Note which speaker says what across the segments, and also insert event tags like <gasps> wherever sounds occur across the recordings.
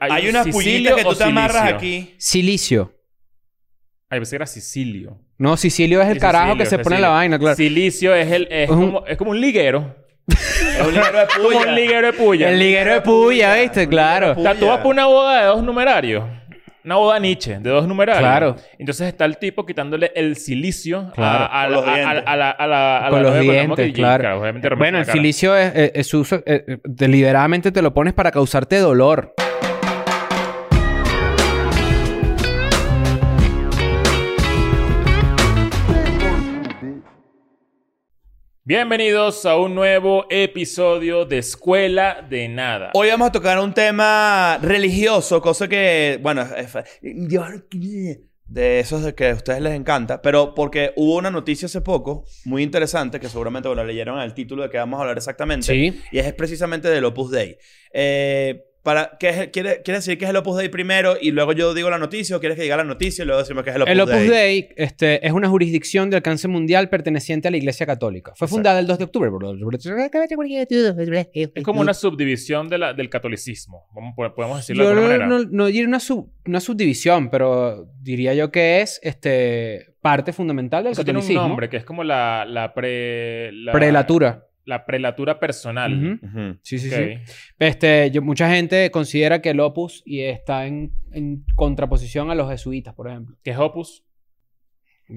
Speaker 1: Hay unas pullitas
Speaker 2: Sicilio
Speaker 1: que tú
Speaker 2: o
Speaker 1: te amarras
Speaker 2: Silicio?
Speaker 1: aquí.
Speaker 3: Silicio.
Speaker 2: Ay, pensé que era Sicilio.
Speaker 3: No, Sicilio es el
Speaker 2: Sí,
Speaker 3: carajo
Speaker 2: Sicilio,
Speaker 3: que se pone
Speaker 2: Sicilio.
Speaker 3: la vaina, claro.
Speaker 2: Silicio es el... Es,
Speaker 3: Es un-
Speaker 2: como, es como un liguero.
Speaker 1: Es un libro de
Speaker 2: Como un
Speaker 1: puya.
Speaker 2: liguero de puya.
Speaker 3: El liguero de puya, ¿viste? Claro.
Speaker 2: O sea, tú vas por una boda de dos numerarios. Una boda Nietzsche, de dos numerarios.
Speaker 3: Claro.
Speaker 2: Entonces está el tipo quitándole el silicio a-
Speaker 3: Claro.
Speaker 2: a, la-
Speaker 1: Con los
Speaker 2: a- a-
Speaker 1: dientes.
Speaker 2: a la... A la, a la
Speaker 3: con los
Speaker 2: novia la
Speaker 3: dientes,
Speaker 2: moca y- y,
Speaker 3: claro.
Speaker 2: obviamente rompe
Speaker 3: bueno,
Speaker 2: la
Speaker 3: el
Speaker 2: cara.
Speaker 3: silicio es, eh, es su uso, eh, eh, deliberadamente te lo pones para causarte dolor.
Speaker 2: Bienvenidos a un nuevo episodio de Escuela de Nada.
Speaker 1: Hoy vamos a tocar un tema religioso, cosa que, bueno, es- es- Dios, de esos de que a ustedes les encanta, pero porque hubo una noticia hace poco muy interesante que seguramente lo leyeron al título de que vamos a hablar exactamente.
Speaker 3: Sí.
Speaker 1: Y es precisamente del Opus Dei. Eh, para, ¿qué es- quiere, quiere decir que es el Opus Dei primero y luego yo digo la noticia o quieres que diga la noticia y luego decimos que es el Opus,
Speaker 3: El Opus
Speaker 1: Dei?
Speaker 3: Dei este, es una jurisdicción de alcance mundial perteneciente a la Iglesia Católica. Fue
Speaker 1: Exacto.
Speaker 3: fundada el 2 de octubre. por-
Speaker 2: Es como una subdivisión de la- del catolicismo. Vamos, po- podemos decirlo de
Speaker 3: Yo
Speaker 2: alguna
Speaker 3: no,
Speaker 2: manera.
Speaker 3: no, no diría una, sub- una subdivisión, pero diría yo que es este, parte fundamental del
Speaker 2: Eso tiene
Speaker 3: catolicismo.
Speaker 2: un nombre que es como la, la pre... La,
Speaker 3: Prelatura.
Speaker 2: La prelatura personal.
Speaker 3: Ujú.
Speaker 1: Ujú.
Speaker 3: Sí, sí,
Speaker 2: Ok.
Speaker 3: sí. Este, yo- mucha gente considera que el opus y está en, en contraposición a los jesuitas, por ejemplo.
Speaker 2: ¿Qué es opus?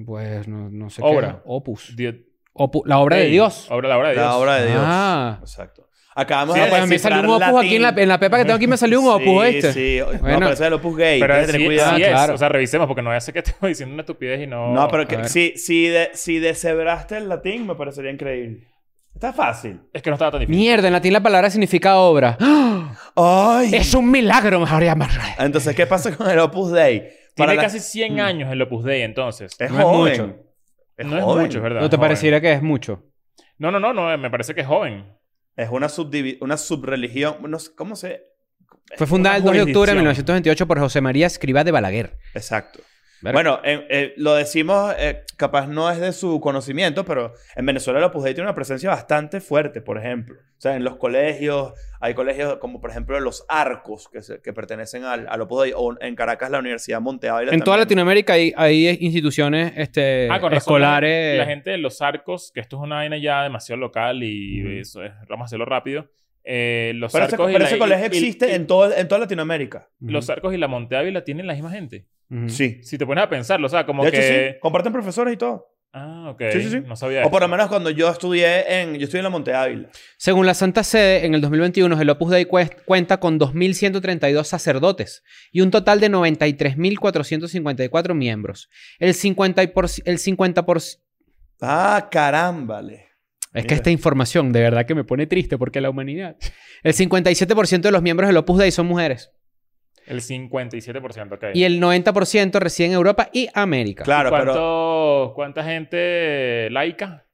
Speaker 3: Pues no, no sé
Speaker 2: Obra.
Speaker 3: qué. era. Opus.
Speaker 2: Dios.
Speaker 3: Opu- la obra de Dios.
Speaker 2: Obra, la obra de Dios.
Speaker 1: La obra de Dios.
Speaker 3: Ah.
Speaker 1: Exacto. Acabamos
Speaker 2: Sí,
Speaker 1: de
Speaker 2: pues
Speaker 3: Pues a mí me salió un opus
Speaker 1: descifrar
Speaker 3: aquí en la,
Speaker 1: latín.
Speaker 3: en la pepa que tengo aquí, me salió un
Speaker 1: <laughs>
Speaker 3: opus
Speaker 1: sí,
Speaker 3: este.
Speaker 1: Sí,
Speaker 3: Bueno.
Speaker 1: No, pero eso es el Opus Gay.
Speaker 2: Pero
Speaker 1: Tienes que
Speaker 2: sí,
Speaker 1: tener
Speaker 2: sí
Speaker 1: cuidado.
Speaker 3: Ah,
Speaker 2: es.
Speaker 3: claro.
Speaker 2: O sea, revisemos porque no voy a hacer que <laughs> estoy diciendo una estupidez y no...
Speaker 1: No, pero
Speaker 3: Ah, a
Speaker 1: que,
Speaker 3: ver.
Speaker 1: si, si, de- si deshebraste el latín, me parecería increíble. Está fácil.
Speaker 2: Es que no estaba tan difícil.
Speaker 3: Mierda, en latín la palabra significa obra.
Speaker 1: <gasps>
Speaker 3: ¡Ah!
Speaker 1: ¡Ay!
Speaker 3: Es un milagro, mejor llamar.
Speaker 1: Entonces, ¿qué pasa con el Opus Dei?
Speaker 2: Tiene
Speaker 1: la-
Speaker 2: casi 100 años el Opus Dei, entonces.
Speaker 1: Es
Speaker 3: Mm. No es
Speaker 1: joven.
Speaker 3: mucho.
Speaker 2: no es
Speaker 1: joven.
Speaker 2: mucho, es ¿verdad?
Speaker 3: ¿No te
Speaker 2: joven.
Speaker 3: pareciera Eh, que es mucho?
Speaker 2: No, no, no, no, me parece que es joven.
Speaker 1: Es una, subdivi- una subreligión. No sé, ¿Cómo se...?
Speaker 3: Fue fundada el 2 de octubre de
Speaker 2: jurisdicción.
Speaker 3: 1928 por José María Escribá de Balaguer.
Speaker 1: Exacto.
Speaker 3: Verga.
Speaker 1: Bueno, eh, eh, lo decimos, eh, capaz no es de su conocimiento, pero en Venezuela el Opus Dei tiene una presencia bastante fuerte, por ejemplo. O sea, en los colegios, hay colegios como por ejemplo los Arcos, que, se- que pertenecen al, al Opus Dei, o en Caracas la Universidad Monte Ávila.
Speaker 3: En toda
Speaker 1: también.
Speaker 3: Latinoamérica hay, hay instituciones este,
Speaker 2: Ah, con razón,
Speaker 3: escolares.
Speaker 2: La, la gente de los arcos, que esto es una vaina ya demasiado local y
Speaker 3: Mm.
Speaker 2: eso es, vamos a hacerlo rápido. Eh, los
Speaker 1: Pero ese,
Speaker 2: arcos
Speaker 1: pero
Speaker 2: y la-
Speaker 1: ese
Speaker 2: y-
Speaker 1: colegio
Speaker 2: y-
Speaker 1: existe
Speaker 2: y-
Speaker 1: en, todo, en toda Latinoamérica.
Speaker 3: Ujú.
Speaker 2: Los arcos y la Monte Ávila tienen la misma gente.
Speaker 3: Ujú.
Speaker 1: Sí.
Speaker 2: Si te pones a pensarlo, o sea, como
Speaker 1: de
Speaker 2: que.
Speaker 1: hecho, sí. Comparten profesores y todo.
Speaker 2: Ah, ok.
Speaker 1: Sí, sí, sí.
Speaker 2: No sabía.
Speaker 1: O por
Speaker 2: esto.
Speaker 1: lo menos cuando yo estudié en... Yo estudié en la Monte Ávila.
Speaker 3: Según la Santa Sede, en el 2021 el Opus Dei cues- cuenta con 2.132 sacerdotes y un total de 93.454 miembros. El 50%... y por- el 50 por- es
Speaker 1: Ah, carámbale.
Speaker 3: que
Speaker 1: Mira.
Speaker 3: esta información de verdad que me pone triste porque la humanidad... El 57% de los miembros del Opus Dei son mujeres
Speaker 2: El 57%, ok.
Speaker 3: y el 90% residen en Europa y América.
Speaker 1: Claro,
Speaker 2: ¿Cuánto,
Speaker 1: pero...
Speaker 2: ¿Cuánta gente laica?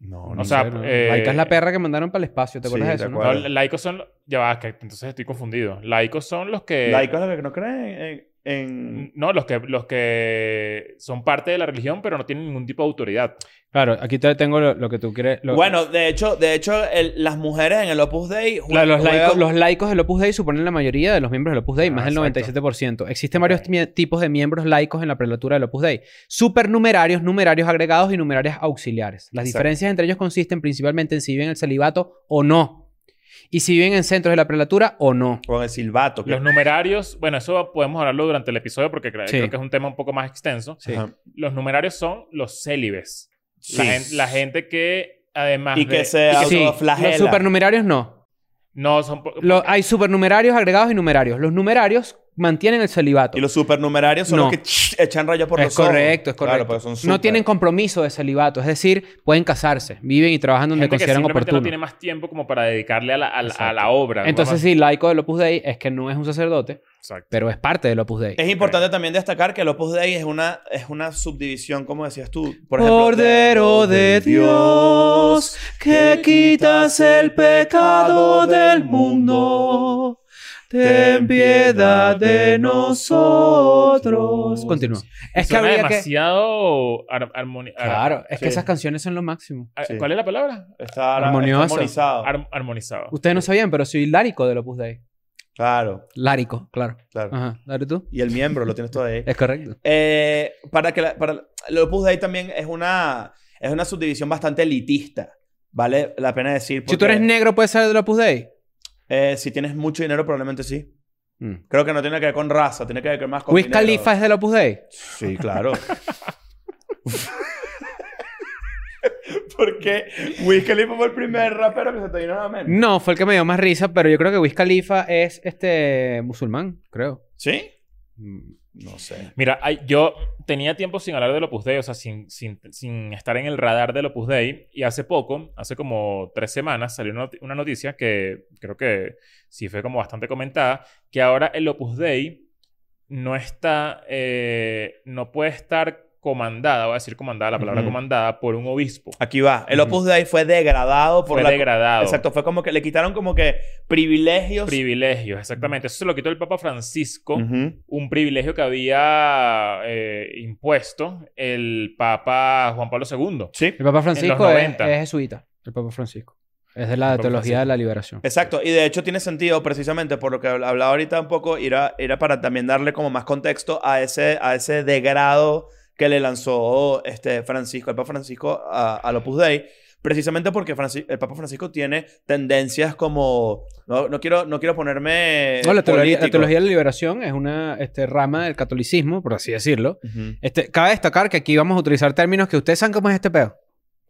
Speaker 1: No,
Speaker 2: no O sea,
Speaker 3: Bueno,
Speaker 2: eh,
Speaker 3: Laika es la perra que mandaron para el espacio, ¿te
Speaker 1: Sí,
Speaker 3: acuerdas de
Speaker 1: de
Speaker 3: eso? no?
Speaker 1: acuerdo. Claro.
Speaker 2: No, laicos son. lo- Ya va, que entonces estoy confundido. Laicos son los que.
Speaker 1: Laicos los que no creen en- en...
Speaker 2: No, los que, los que son parte de la religión, pero no tienen ningún tipo de autoridad.
Speaker 3: Claro, aquí te tengo lo, lo que tú quieres. lo-
Speaker 1: Bueno, de hecho, de hecho el- las mujeres en el Opus Dei jue-
Speaker 3: La- los,
Speaker 1: juegan-
Speaker 3: laicos, los laicos del Opus Dei suponen la mayoría de los miembros del Opus Dei,
Speaker 2: Ah,
Speaker 3: más del
Speaker 2: exacto.
Speaker 3: 97%. Existen
Speaker 2: Ok.
Speaker 3: varios mie- tipos de miembros laicos en la prelatura del Opus Dei. Supernumerarios, numerarios agregados y numerarios auxiliares. Las
Speaker 1: Exacto.
Speaker 3: diferencias entre ellos consisten principalmente en si viven el celibato o no. Y si viven en centros de la prelatura o no.
Speaker 1: con el silbato. que-
Speaker 2: Los numerarios, bueno, eso podemos hablarlo durante el episodio porque cre-
Speaker 3: Sí.
Speaker 2: creo que es un tema un poco más extenso.
Speaker 3: Sí.
Speaker 1: Ajá.
Speaker 2: Los numerarios son los célibes.
Speaker 1: Sí.
Speaker 2: La, gen- la gente que, además.
Speaker 1: Y
Speaker 2: de-
Speaker 1: que se
Speaker 3: Sí,
Speaker 1: Eh, autoflagela.
Speaker 3: Los supernumerarios no.
Speaker 2: No, son. po-
Speaker 3: Lo- hay supernumerarios agregados y numerarios. Los numerarios mantienen el celibato.
Speaker 1: Y los supernumerarios son
Speaker 3: No.
Speaker 1: los que ch- echan rayos por
Speaker 3: es
Speaker 1: los ojos.
Speaker 3: correcto, es correcto.
Speaker 1: Claro, porque son
Speaker 3: No
Speaker 1: super.
Speaker 3: tienen compromiso de celibato, es decir, pueden casarse, viven y trabajan donde
Speaker 2: gente que
Speaker 3: consideran
Speaker 2: simplemente
Speaker 3: oportuno.
Speaker 2: no tiene más tiempo como para dedicarle a la, a la- a la
Speaker 3: Exacto.
Speaker 2: obra. ¿no?
Speaker 3: Entonces,
Speaker 2: Más-
Speaker 3: sí, laico del Opus Dei es que no es un sacerdote,
Speaker 2: Exacto.
Speaker 3: pero es parte del Opus Dei.
Speaker 1: Es importante también destacar que el Opus Dei es una, es una subdivisión, como decías tú. Por
Speaker 3: Cordero de Dios, que quitas el pecado del mundo, ten piedad de nosotros. Continúa. Es que
Speaker 2: Suena
Speaker 3: habría que...
Speaker 2: demasiado ar- armoni- ar-
Speaker 3: Claro, es
Speaker 1: Sí.
Speaker 3: que esas canciones son lo máximo.
Speaker 2: ar-
Speaker 1: Sí.
Speaker 2: ¿Cuál es la palabra?
Speaker 1: Está
Speaker 3: Armonioso.
Speaker 1: armonioso.
Speaker 2: Ar- armonizado.
Speaker 3: Ustedes no sabían, pero soy laico del Opus Dei.
Speaker 1: Claro,
Speaker 3: Lárico, claro.
Speaker 1: claro.
Speaker 3: Ajá. Dale tú.
Speaker 1: Y el miembro lo tienes todo ahí.
Speaker 3: Es correcto.
Speaker 1: Eh, para que la, para el Opus Dei también es una es una subdivisión bastante elitista. Vale la pena decir
Speaker 3: Si tú
Speaker 1: porque,
Speaker 3: eres negro, ¿puedes ser del Opus Dei?
Speaker 1: eh, si tienes mucho dinero probablemente sí.
Speaker 3: Mm.
Speaker 1: Creo que no tiene que ver con raza, tiene que ver más con
Speaker 3: ¿Wiz
Speaker 1: dinero.
Speaker 3: Khalifa es del Opus Dei?
Speaker 1: Sí, claro. <laughs> Porque Wiz Khalifa fue el primer rapero que se te vino a la mente.
Speaker 3: No, fue el que me dio más risa, pero yo creo que Wiz Khalifa es este musulmán, creo.
Speaker 1: ¿Sí?
Speaker 3: Mm.
Speaker 1: No sé.
Speaker 2: Mira, ay, yo tenía tiempo sin hablar del Opus Dei, o sea, sin, sin, sin estar en el radar del Opus Dei. Y hace poco, hace como tres semanas, salió una, not- una noticia que creo que sí fue como bastante comentada, que ahora el Opus Dei no está, eh, no puede estar comandada, voy a decir comandada, la palabra
Speaker 1: Ujú.
Speaker 2: comandada, por un obispo.
Speaker 1: Aquí va. El
Speaker 3: Ujú.
Speaker 1: Opus Dei fue degradado por
Speaker 2: Fue
Speaker 1: la...
Speaker 2: degradado.
Speaker 1: Exacto, fue como que le quitaron como que privilegios.
Speaker 2: Privilegios, exactamente. Eso se lo quitó el Papa Francisco.
Speaker 1: Ujú.
Speaker 2: un privilegio que había eh, impuesto el Papa Juan Pablo II.
Speaker 1: Sí.
Speaker 3: El Papa Francisco es,
Speaker 2: 90.
Speaker 3: es jesuita. El Papa Francisco. Es de la
Speaker 2: El Papa
Speaker 3: teología
Speaker 2: Francisco.
Speaker 3: de la liberación.
Speaker 1: Exacto, y de hecho tiene sentido precisamente por lo que habl- hablaba ahorita un poco, era, era para también darle como más contexto a ese, a ese degrado que le lanzó este Francisco, el Papa Francisco a, al Opus Dei, precisamente porque Franci- el Papa Francisco tiene tendencias como, no, no quiero, no quiero ponerme...
Speaker 3: No, la, teología, la
Speaker 1: político.
Speaker 3: teología de la liberación es una este, rama del catolicismo, por así decirlo.
Speaker 1: Ujú,
Speaker 3: Este, cabe destacar que aquí vamos a utilizar términos que ustedes saben cómo es este pedo.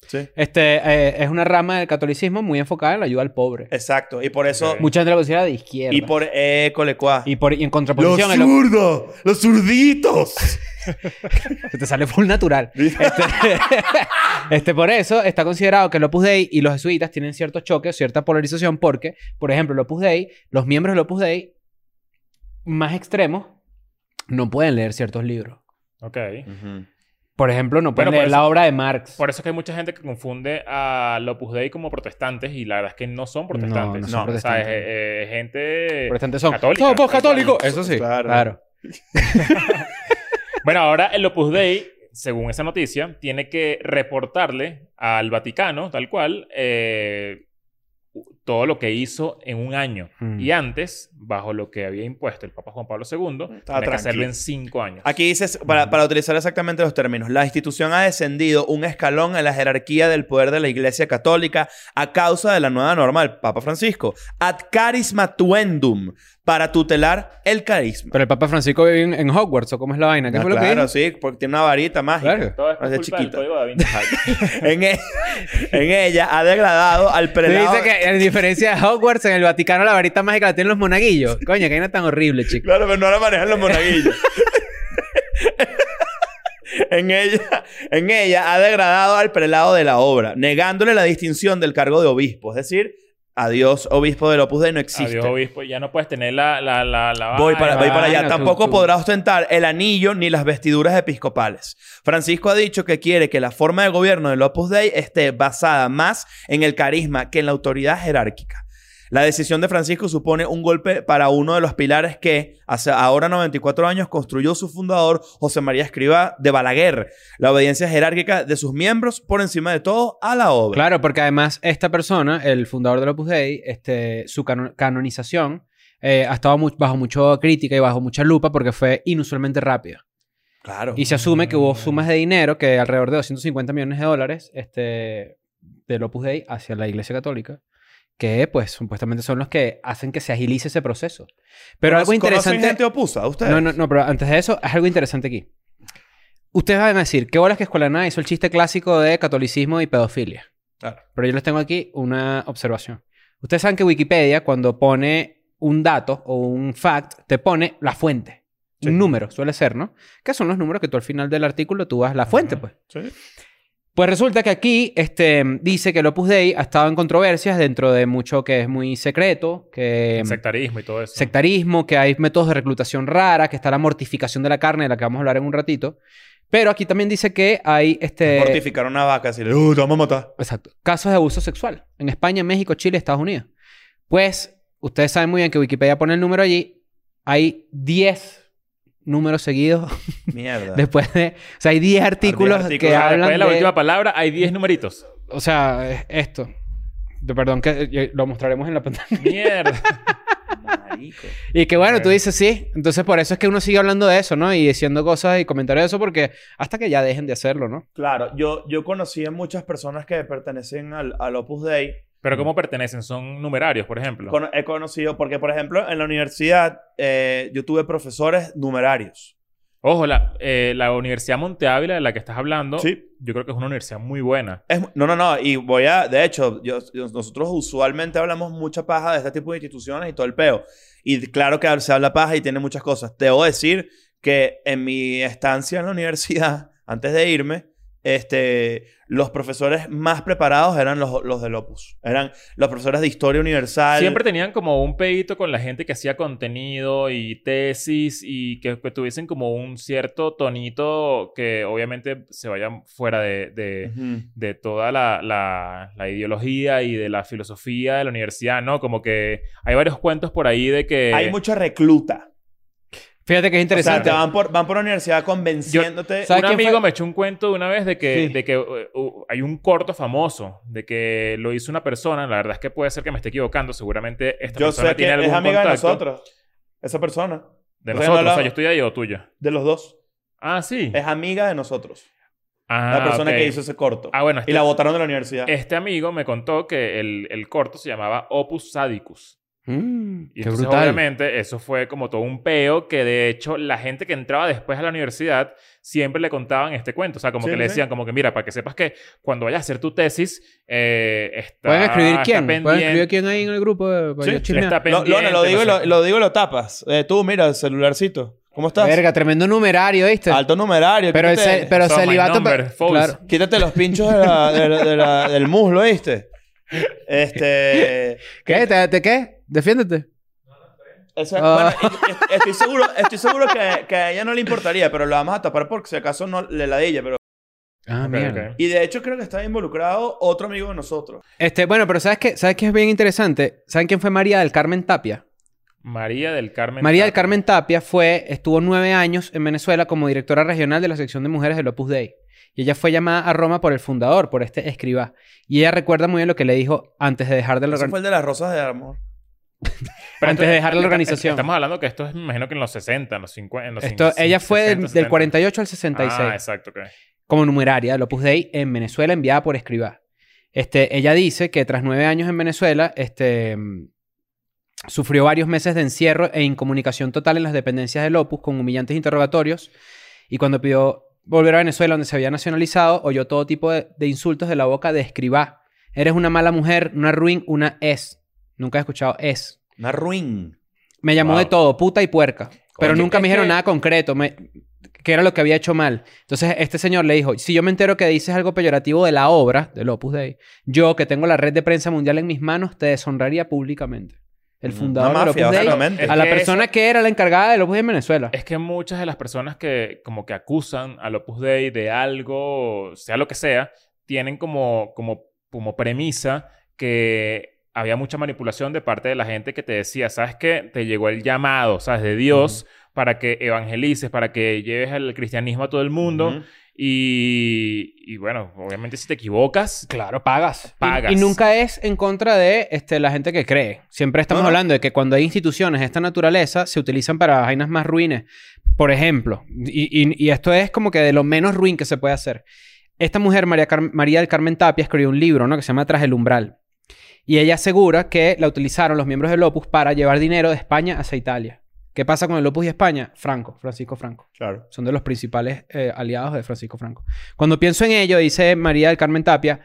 Speaker 1: Sí.
Speaker 3: Este, eh, es una rama del catolicismo muy enfocada en la ayuda al pobre.
Speaker 1: Exacto, y por eso...
Speaker 2: Ok.
Speaker 3: Mucha gente lo considera de izquierda.
Speaker 1: Y por... E. École, cuá.
Speaker 3: y, por- y en
Speaker 1: Los
Speaker 3: contraposición, el op-
Speaker 1: zurdos, los <laughs> zurditos.
Speaker 3: Se te sale full natural. Este, este, <laughs> por eso está considerado que el Opus Dei y los jesuitas tienen ciertos choques, cierta polarización, porque, por ejemplo, el Opus Dei, los miembros del Opus Dei más extremos no pueden leer ciertos libros.
Speaker 2: Ok.
Speaker 1: Ujú.
Speaker 3: Por ejemplo, no
Speaker 2: Bueno,
Speaker 3: pueden
Speaker 2: por
Speaker 3: leer
Speaker 2: eso-
Speaker 3: la obra de Marx.
Speaker 2: Por eso es que hay mucha gente que confunde al Opus Dei como protestantes y la verdad es que no son protestantes.
Speaker 3: no
Speaker 2: No,
Speaker 3: son
Speaker 2: o sea,
Speaker 3: protestantes.
Speaker 2: es, eh, eh, gente...
Speaker 3: Protestantes son.
Speaker 2: católica,
Speaker 3: Somos
Speaker 2: tal cual.
Speaker 3: católicos. Eso sí. Claro.
Speaker 1: Claro.
Speaker 2: Bueno, ahora el Opus Dei, según esa noticia, tiene que reportarle al Vaticano, tal cual, eh, todo lo que hizo en un año.
Speaker 3: Mm.
Speaker 2: Y antes, bajo lo que había impuesto el Papa Juan Pablo II, tiene
Speaker 1: Estaba
Speaker 2: que hacerlo
Speaker 1: tranquilo.
Speaker 2: en cinco años.
Speaker 1: Aquí dices, para, para utilizar exactamente los términos, la institución ha descendido un escalón en la jerarquía del poder de la Iglesia Católica a causa de la nueva norma del Papa Francisco, ad carisma tuendum, para tutelar el carisma.
Speaker 3: Pero el Papa Francisco vive en, en Hogwarts, ¿o cómo es la vaina? ¿Qué
Speaker 1: Ah,
Speaker 3: fue lo que
Speaker 1: claro,
Speaker 3: dijo?
Speaker 1: sí, porque tiene una varita mágica.
Speaker 3: Verga.
Speaker 2: Todo es por
Speaker 1: Hace
Speaker 2: culpa del
Speaker 1: chiquita.
Speaker 2: código da Vinci.
Speaker 1: En, e- <laughs> en ella ha degradado al
Speaker 3: Te
Speaker 1: prelado.
Speaker 3: dice que, en diferencia de Hogwarts, en el Vaticano la varita mágica la tienen los monaguillos. Coño, que no tan horrible, chicos.
Speaker 1: Claro, pero no la manejan los monaguillos. <laughs> en, ella, en ella ha degradado al prelado de la obra, negándole la distinción del cargo de obispo. Es decir, adiós, obispo del Opus Dei no existe.
Speaker 2: Adiós, obispo. Ya no puedes tener la... la, la, la
Speaker 1: Voy para,
Speaker 2: vaina.
Speaker 1: voy para allá.
Speaker 3: vaina, tú-
Speaker 1: Tampoco
Speaker 3: tú.
Speaker 1: podrá ostentar el anillo ni las vestiduras episcopales. Francisco ha dicho que quiere que la forma de gobierno del Opus Dei esté basada más en el carisma que en la autoridad jerárquica. La decisión de Francisco supone un golpe para uno de los pilares que, hace ahora 94 años, construyó su fundador José María Escrivá de Balaguer, la obediencia jerárquica de sus miembros por encima de todo a la obra.
Speaker 3: Claro, porque además esta persona, el fundador del Opus Dei, este, su cano- canonización eh, ha estado mu- bajo mucha crítica y bajo mucha lupa porque fue inusualmente rápida.
Speaker 1: Claro.
Speaker 3: Y se asume que hubo sumas de dinero, que alrededor de 250 millones de dólares, este, del Opus Dei hacia la Iglesia Católica, que pues supuestamente son los que hacen que se agilice ese proceso. Pero algo
Speaker 1: ¿Conocen
Speaker 3: interesante...
Speaker 1: gente opusa a ustedes?
Speaker 3: No, no, no, pero antes de eso, es algo interesante aquí. Ustedes van a decir, ¿qué bolas que Escuela de Nada hizo el chiste clásico de catolicismo y pedofilia?
Speaker 1: Claro.
Speaker 3: Pero yo les tengo aquí una observación. Ustedes saben que Wikipedia, cuando pone un dato o un fact, te pone la fuente.
Speaker 1: Sí.
Speaker 3: Un número, suele ser, ¿no? Que son los números que tú al final del artículo tú vas la fuente,
Speaker 2: Ajá.
Speaker 3: pues.
Speaker 1: Sí.
Speaker 3: Pues resulta que aquí este, dice que el Opus Dei ha estado en controversias dentro de mucho que es muy secreto, que...
Speaker 2: El sectarismo y todo eso.
Speaker 3: sectarismo, que hay métodos de reclutación rara, que está la mortificación de la carne, de la que vamos a hablar en un ratito. Pero aquí también dice que hay este,
Speaker 1: Mortificar a una vaca, decirle, ¡uh, te vamos a matar!
Speaker 3: <laughs> exacto, casos de abuso sexual en España, México, Chile, Estados Unidos. Pues ustedes saben muy bien que Wikipedia pone el número allí. Hay 10 números seguidos <laughs>
Speaker 1: Mierda.
Speaker 3: después de... O sea, hay 10 artículos,
Speaker 1: artículos.
Speaker 3: que
Speaker 2: Ah,
Speaker 3: hablan
Speaker 2: después de la
Speaker 3: de-
Speaker 2: última palabra hay 10 numeritos.
Speaker 3: O sea, es esto. De- Perdón, que eh, lo mostraremos en la pantalla.
Speaker 2: Mierda. <laughs>
Speaker 1: Marico.
Speaker 3: Y que bueno, tú
Speaker 2: Ok.
Speaker 3: dices sí. Entonces por eso es que uno sigue hablando de eso, ¿no? Y diciendo cosas y comentarios de eso porque hasta que ya dejen de hacerlo, ¿no?
Speaker 1: Claro, yo, yo conocí a muchas personas que pertenecen al, al Opus Dei.
Speaker 2: Pero ¿cómo pertenecen? ¿Son numerarios, por ejemplo?
Speaker 1: Cono- he conocido, porque por ejemplo, en la universidad eh, yo tuve profesores numerarios.
Speaker 2: Ojo, la, eh, la Universidad Monte Ávila de la que estás hablando,
Speaker 1: Sí.
Speaker 2: yo creo que es una universidad muy buena.
Speaker 1: Es- no, no, no. Y voy a. De hecho, yo- yo- nosotros usualmente hablamos mucha paja de este tipo de instituciones y todo el peo. Y claro que se habla paja y tiene muchas cosas. Te debo decir que en mi estancia en la <laughs> universidad, antes de irme, este, los profesores más preparados eran los, los del Opus. Eran los profesores de historia universal.
Speaker 2: Siempre tenían como un pedito con la gente que hacía contenido y tesis y que, que tuviesen como un cierto tonito que obviamente se vayan fuera de, de-
Speaker 1: Ujú.
Speaker 2: de toda la, la- la ideología y de la filosofía de la universidad, ¿no? Como que hay varios cuentos por ahí de que...
Speaker 1: Hay mucha recluta.
Speaker 3: Fíjate que es
Speaker 1: O sea,
Speaker 3: interesante.
Speaker 1: te van por, van por la universidad convenciéndote.
Speaker 3: ¿Sabes
Speaker 2: un
Speaker 3: quién
Speaker 2: amigo
Speaker 3: fue?
Speaker 2: me echó un cuento de una vez de que,
Speaker 3: Sí.
Speaker 2: de que uh, uh, hay un corto famoso, de que lo hizo una persona. La verdad es que puede ser que me esté equivocando. Seguramente esta
Speaker 1: yo
Speaker 2: persona
Speaker 1: sé que
Speaker 2: tiene algún
Speaker 1: es amiga de
Speaker 2: contacto
Speaker 1: nosotros. Esa persona.
Speaker 2: De
Speaker 1: O sea,
Speaker 2: nosotros,
Speaker 1: no la-
Speaker 2: o sea, yo estoy ahí o tuya.
Speaker 1: De los dos.
Speaker 2: Ah, sí.
Speaker 1: Es amiga de nosotros.
Speaker 2: Ah,
Speaker 1: la persona
Speaker 2: ok.
Speaker 1: que hizo ese corto.
Speaker 2: Ah, bueno, este,
Speaker 1: y la botaron de la universidad.
Speaker 2: este amigo me contó que el, el corto se llamaba Opus Sadicus.
Speaker 3: Mm,
Speaker 2: Y
Speaker 3: qué
Speaker 2: entonces,
Speaker 3: brutal.
Speaker 2: obviamente, eso fue como todo un peo que, de hecho, la gente que entraba después a la universidad siempre le contaban este cuento. O sea, como
Speaker 1: Sí,
Speaker 2: que le
Speaker 1: sí.
Speaker 2: decían, como que mira, para que sepas que cuando vayas a hacer tu tesis, eh, está,
Speaker 3: ¿Pueden escribir
Speaker 2: está
Speaker 3: quién? ¿Pueden
Speaker 2: pendiente-
Speaker 3: escribir quién ahí en el grupo? eh, para
Speaker 1: Sí,
Speaker 3: yo
Speaker 1: sí,
Speaker 3: chismear?
Speaker 2: está
Speaker 1: Lo,
Speaker 2: pendiente.
Speaker 1: Lona, lo digo, y
Speaker 2: no
Speaker 1: lo,
Speaker 2: sé.
Speaker 1: lo digo y lo tapas. Eh, tú, mira, el celularcito. ¿Cómo estás?
Speaker 3: Verga, tremendo numerario, ¿viste?
Speaker 1: Alto numerario.
Speaker 3: Pero el,
Speaker 1: quítate,
Speaker 3: ce- pero
Speaker 2: Saw my
Speaker 3: celibato...
Speaker 2: number,
Speaker 3: pa-
Speaker 2: false.
Speaker 3: claro.
Speaker 1: quítate los pinchos de la- de la- de la- del muslo, ¿viste? Este.
Speaker 3: ¿Qué? ¿Te, te qué? Defiéndete.
Speaker 1: esa-
Speaker 3: Ah.
Speaker 1: bueno, y- y- estoy seguro, estoy seguro que, que a ella no le importaría, pero lo vamos a tapar porque si acaso no le la de ella. Pero...
Speaker 3: Ah,
Speaker 2: Ok,
Speaker 3: mierda.
Speaker 2: ok.
Speaker 1: Y de hecho, creo que está involucrado otro amigo de nosotros.
Speaker 3: Este, bueno, pero ¿sabes qué? ¿Sabes qué es bien interesante? ¿Saben quién fue María del Carmen Tapia?
Speaker 2: María del Carmen.
Speaker 3: María del
Speaker 2: Tapia.
Speaker 3: Carmen Tapia fue, estuvo nueve años en Venezuela como directora regional de la sección de mujeres del Opus Dei. Y ella fue llamada a Roma por el fundador, por este escriba. Y ella recuerda muy bien lo que le dijo antes de dejar de la,
Speaker 1: Ese
Speaker 3: organ-
Speaker 1: fue el de las rosas de amor.
Speaker 2: Pero
Speaker 3: antes
Speaker 2: esto-
Speaker 3: de dejar la
Speaker 2: esta-
Speaker 3: organización.
Speaker 2: Estamos hablando que esto es, me imagino que en los 60, en los 50. En los
Speaker 3: Esto,
Speaker 2: 50,
Speaker 3: ella fue del-
Speaker 2: 60,
Speaker 3: del
Speaker 2: 70.
Speaker 3: 48 al 66
Speaker 2: Ah, exacto. ok.
Speaker 3: como numeraria del Opus Dei en Venezuela enviada por escriba. Este, ella dice que tras nueve años en Venezuela, este, mm, sufrió varios meses de encierro e incomunicación total en las dependencias del Opus con humillantes interrogatorios y cuando pidió volver a Venezuela donde se había nacionalizado, oyó todo tipo de, de insultos de la boca de escriba. Eres una mala mujer, una ruin, una es. Nunca he escuchado es.
Speaker 1: Una ruin.
Speaker 3: Me llamó
Speaker 2: Wow.
Speaker 3: de todo, puta y puerca. Pero
Speaker 2: Oye,
Speaker 3: nunca me
Speaker 2: es
Speaker 3: dijeron
Speaker 2: que-
Speaker 3: nada concreto, me, que era lo que había hecho mal. Entonces este señor le dijo, si yo me entero que dices algo peyorativo de la obra, del Opus Dei, yo que tengo la red de prensa mundial en mis manos, te deshonraría públicamente. El
Speaker 1: Una
Speaker 3: fundador del
Speaker 1: mafia,
Speaker 3: Opus Dei,
Speaker 1: básicamente.
Speaker 3: a la
Speaker 2: Es que
Speaker 3: persona que era la encargada del Opus Dei en Venezuela.
Speaker 2: Es que muchas de las personas que como que acusan al Opus Dei de algo, sea lo que sea, tienen como, como, como premisa que había mucha manipulación de parte de la gente que te decía, ¿sabes qué? Te llegó el llamado, ¿sabes? De Dios para que evangelices, para que lleves el cristianismo a todo el mundo.
Speaker 1: Ujú.
Speaker 2: y, y bueno, obviamente si te equivocas,
Speaker 3: Claro, pagas.
Speaker 2: Pagas.
Speaker 3: Y, nunca es en contra de este, la gente que cree. Siempre
Speaker 1: No,
Speaker 3: estamos
Speaker 1: no.
Speaker 3: hablando de que cuando hay instituciones de esta naturaleza, se utilizan para vainas más ruines. Por ejemplo, y, y- y esto es como que de lo menos ruin que se puede hacer. Esta mujer, María, Car- María del Carmen Tapia, escribió un libro ¿no? que se llama Tras el Umbral. Y ella asegura que la utilizaron los miembros del Opus para llevar dinero de España hacia Italia. ¿Qué pasa con el Opus y España? Franco, Francisco Franco
Speaker 1: Claro.
Speaker 3: son de los principales eh, aliados de Francisco Franco. Cuando pienso en ello, dice María del Carmen Tapia,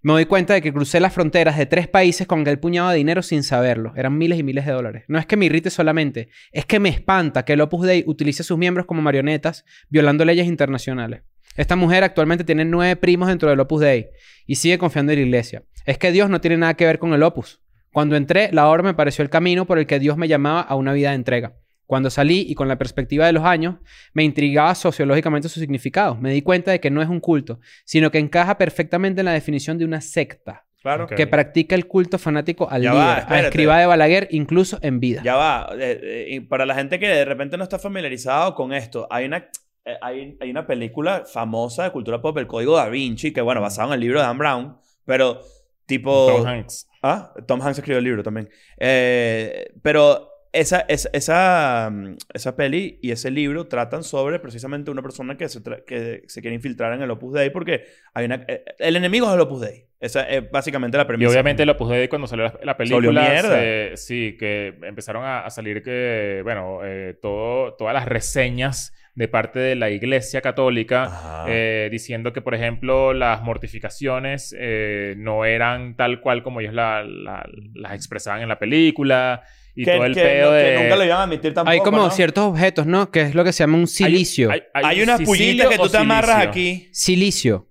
Speaker 3: me doy cuenta de que crucé las fronteras de tres países con aquel puñado de dinero sin saberlo. Eran miles y miles de dólares. No es que me irrite solamente, es que me espanta que el Opus Dei utilice a sus miembros como marionetas, violando leyes internacionales. Esta mujer actualmente tiene nueve primos dentro del Opus Dei y sigue confiando en la iglesia. Es que Dios no tiene nada que ver con el Opus. Cuando entré, la obra me pareció el camino por el que Dios me llamaba a una vida de entrega. Cuando salí y con la perspectiva de los años, me intrigaba sociológicamente su significado. Me di cuenta de que no es un culto, sino que encaja perfectamente en la definición de una secta
Speaker 1: Claro.
Speaker 2: Ok.
Speaker 3: que practica el culto fanático al
Speaker 1: Ya va,
Speaker 3: líder, a
Speaker 1: espérate.
Speaker 3: escriba de Balaguer, incluso en vida.
Speaker 1: Ya va. eh, eh, y para la gente que de repente no está familiarizado con esto, hay una, eh, hay, hay una película famosa de cultura pop, El Código da Vinci, que bueno, basado en el libro de Dan Brown, pero tipo...
Speaker 2: Tom Hanks.
Speaker 1: Ah, Tom Hanks escribió el libro también. Eh, pero esa, esa, esa, mm, esa peli y ese libro tratan sobre precisamente una persona que se, tra- que se quiere infiltrar en el Opus Dei porque hay una, eh, el enemigo es el Opus Dei. Esa es básicamente la
Speaker 2: Y
Speaker 1: premisa.
Speaker 2: obviamente el Opus Dei cuando salió la, la
Speaker 1: volvió
Speaker 2: película...
Speaker 1: mierda.
Speaker 2: se- sí, que empezaron a, a salir que, bueno, eh, todo, todas las reseñas de parte de la Iglesia Católica
Speaker 1: Ajá.
Speaker 2: eh, diciendo que, por ejemplo, las mortificaciones eh, no eran tal cual como ellos la- la- las expresaban en la película y
Speaker 1: que,
Speaker 2: todo el
Speaker 1: que-
Speaker 2: pedo
Speaker 1: que
Speaker 2: de...
Speaker 1: nunca lo iban a admitir tampoco.
Speaker 3: Hay como
Speaker 1: ¿no?
Speaker 3: ciertos objetos, ¿no? Que es lo que se llama un silicio.
Speaker 1: Hay,
Speaker 2: un
Speaker 1: unas
Speaker 2: sicilio
Speaker 1: pullitas que
Speaker 2: o
Speaker 1: tú te amarras
Speaker 2: silicio.
Speaker 1: aquí.
Speaker 3: <laughs> Silicio.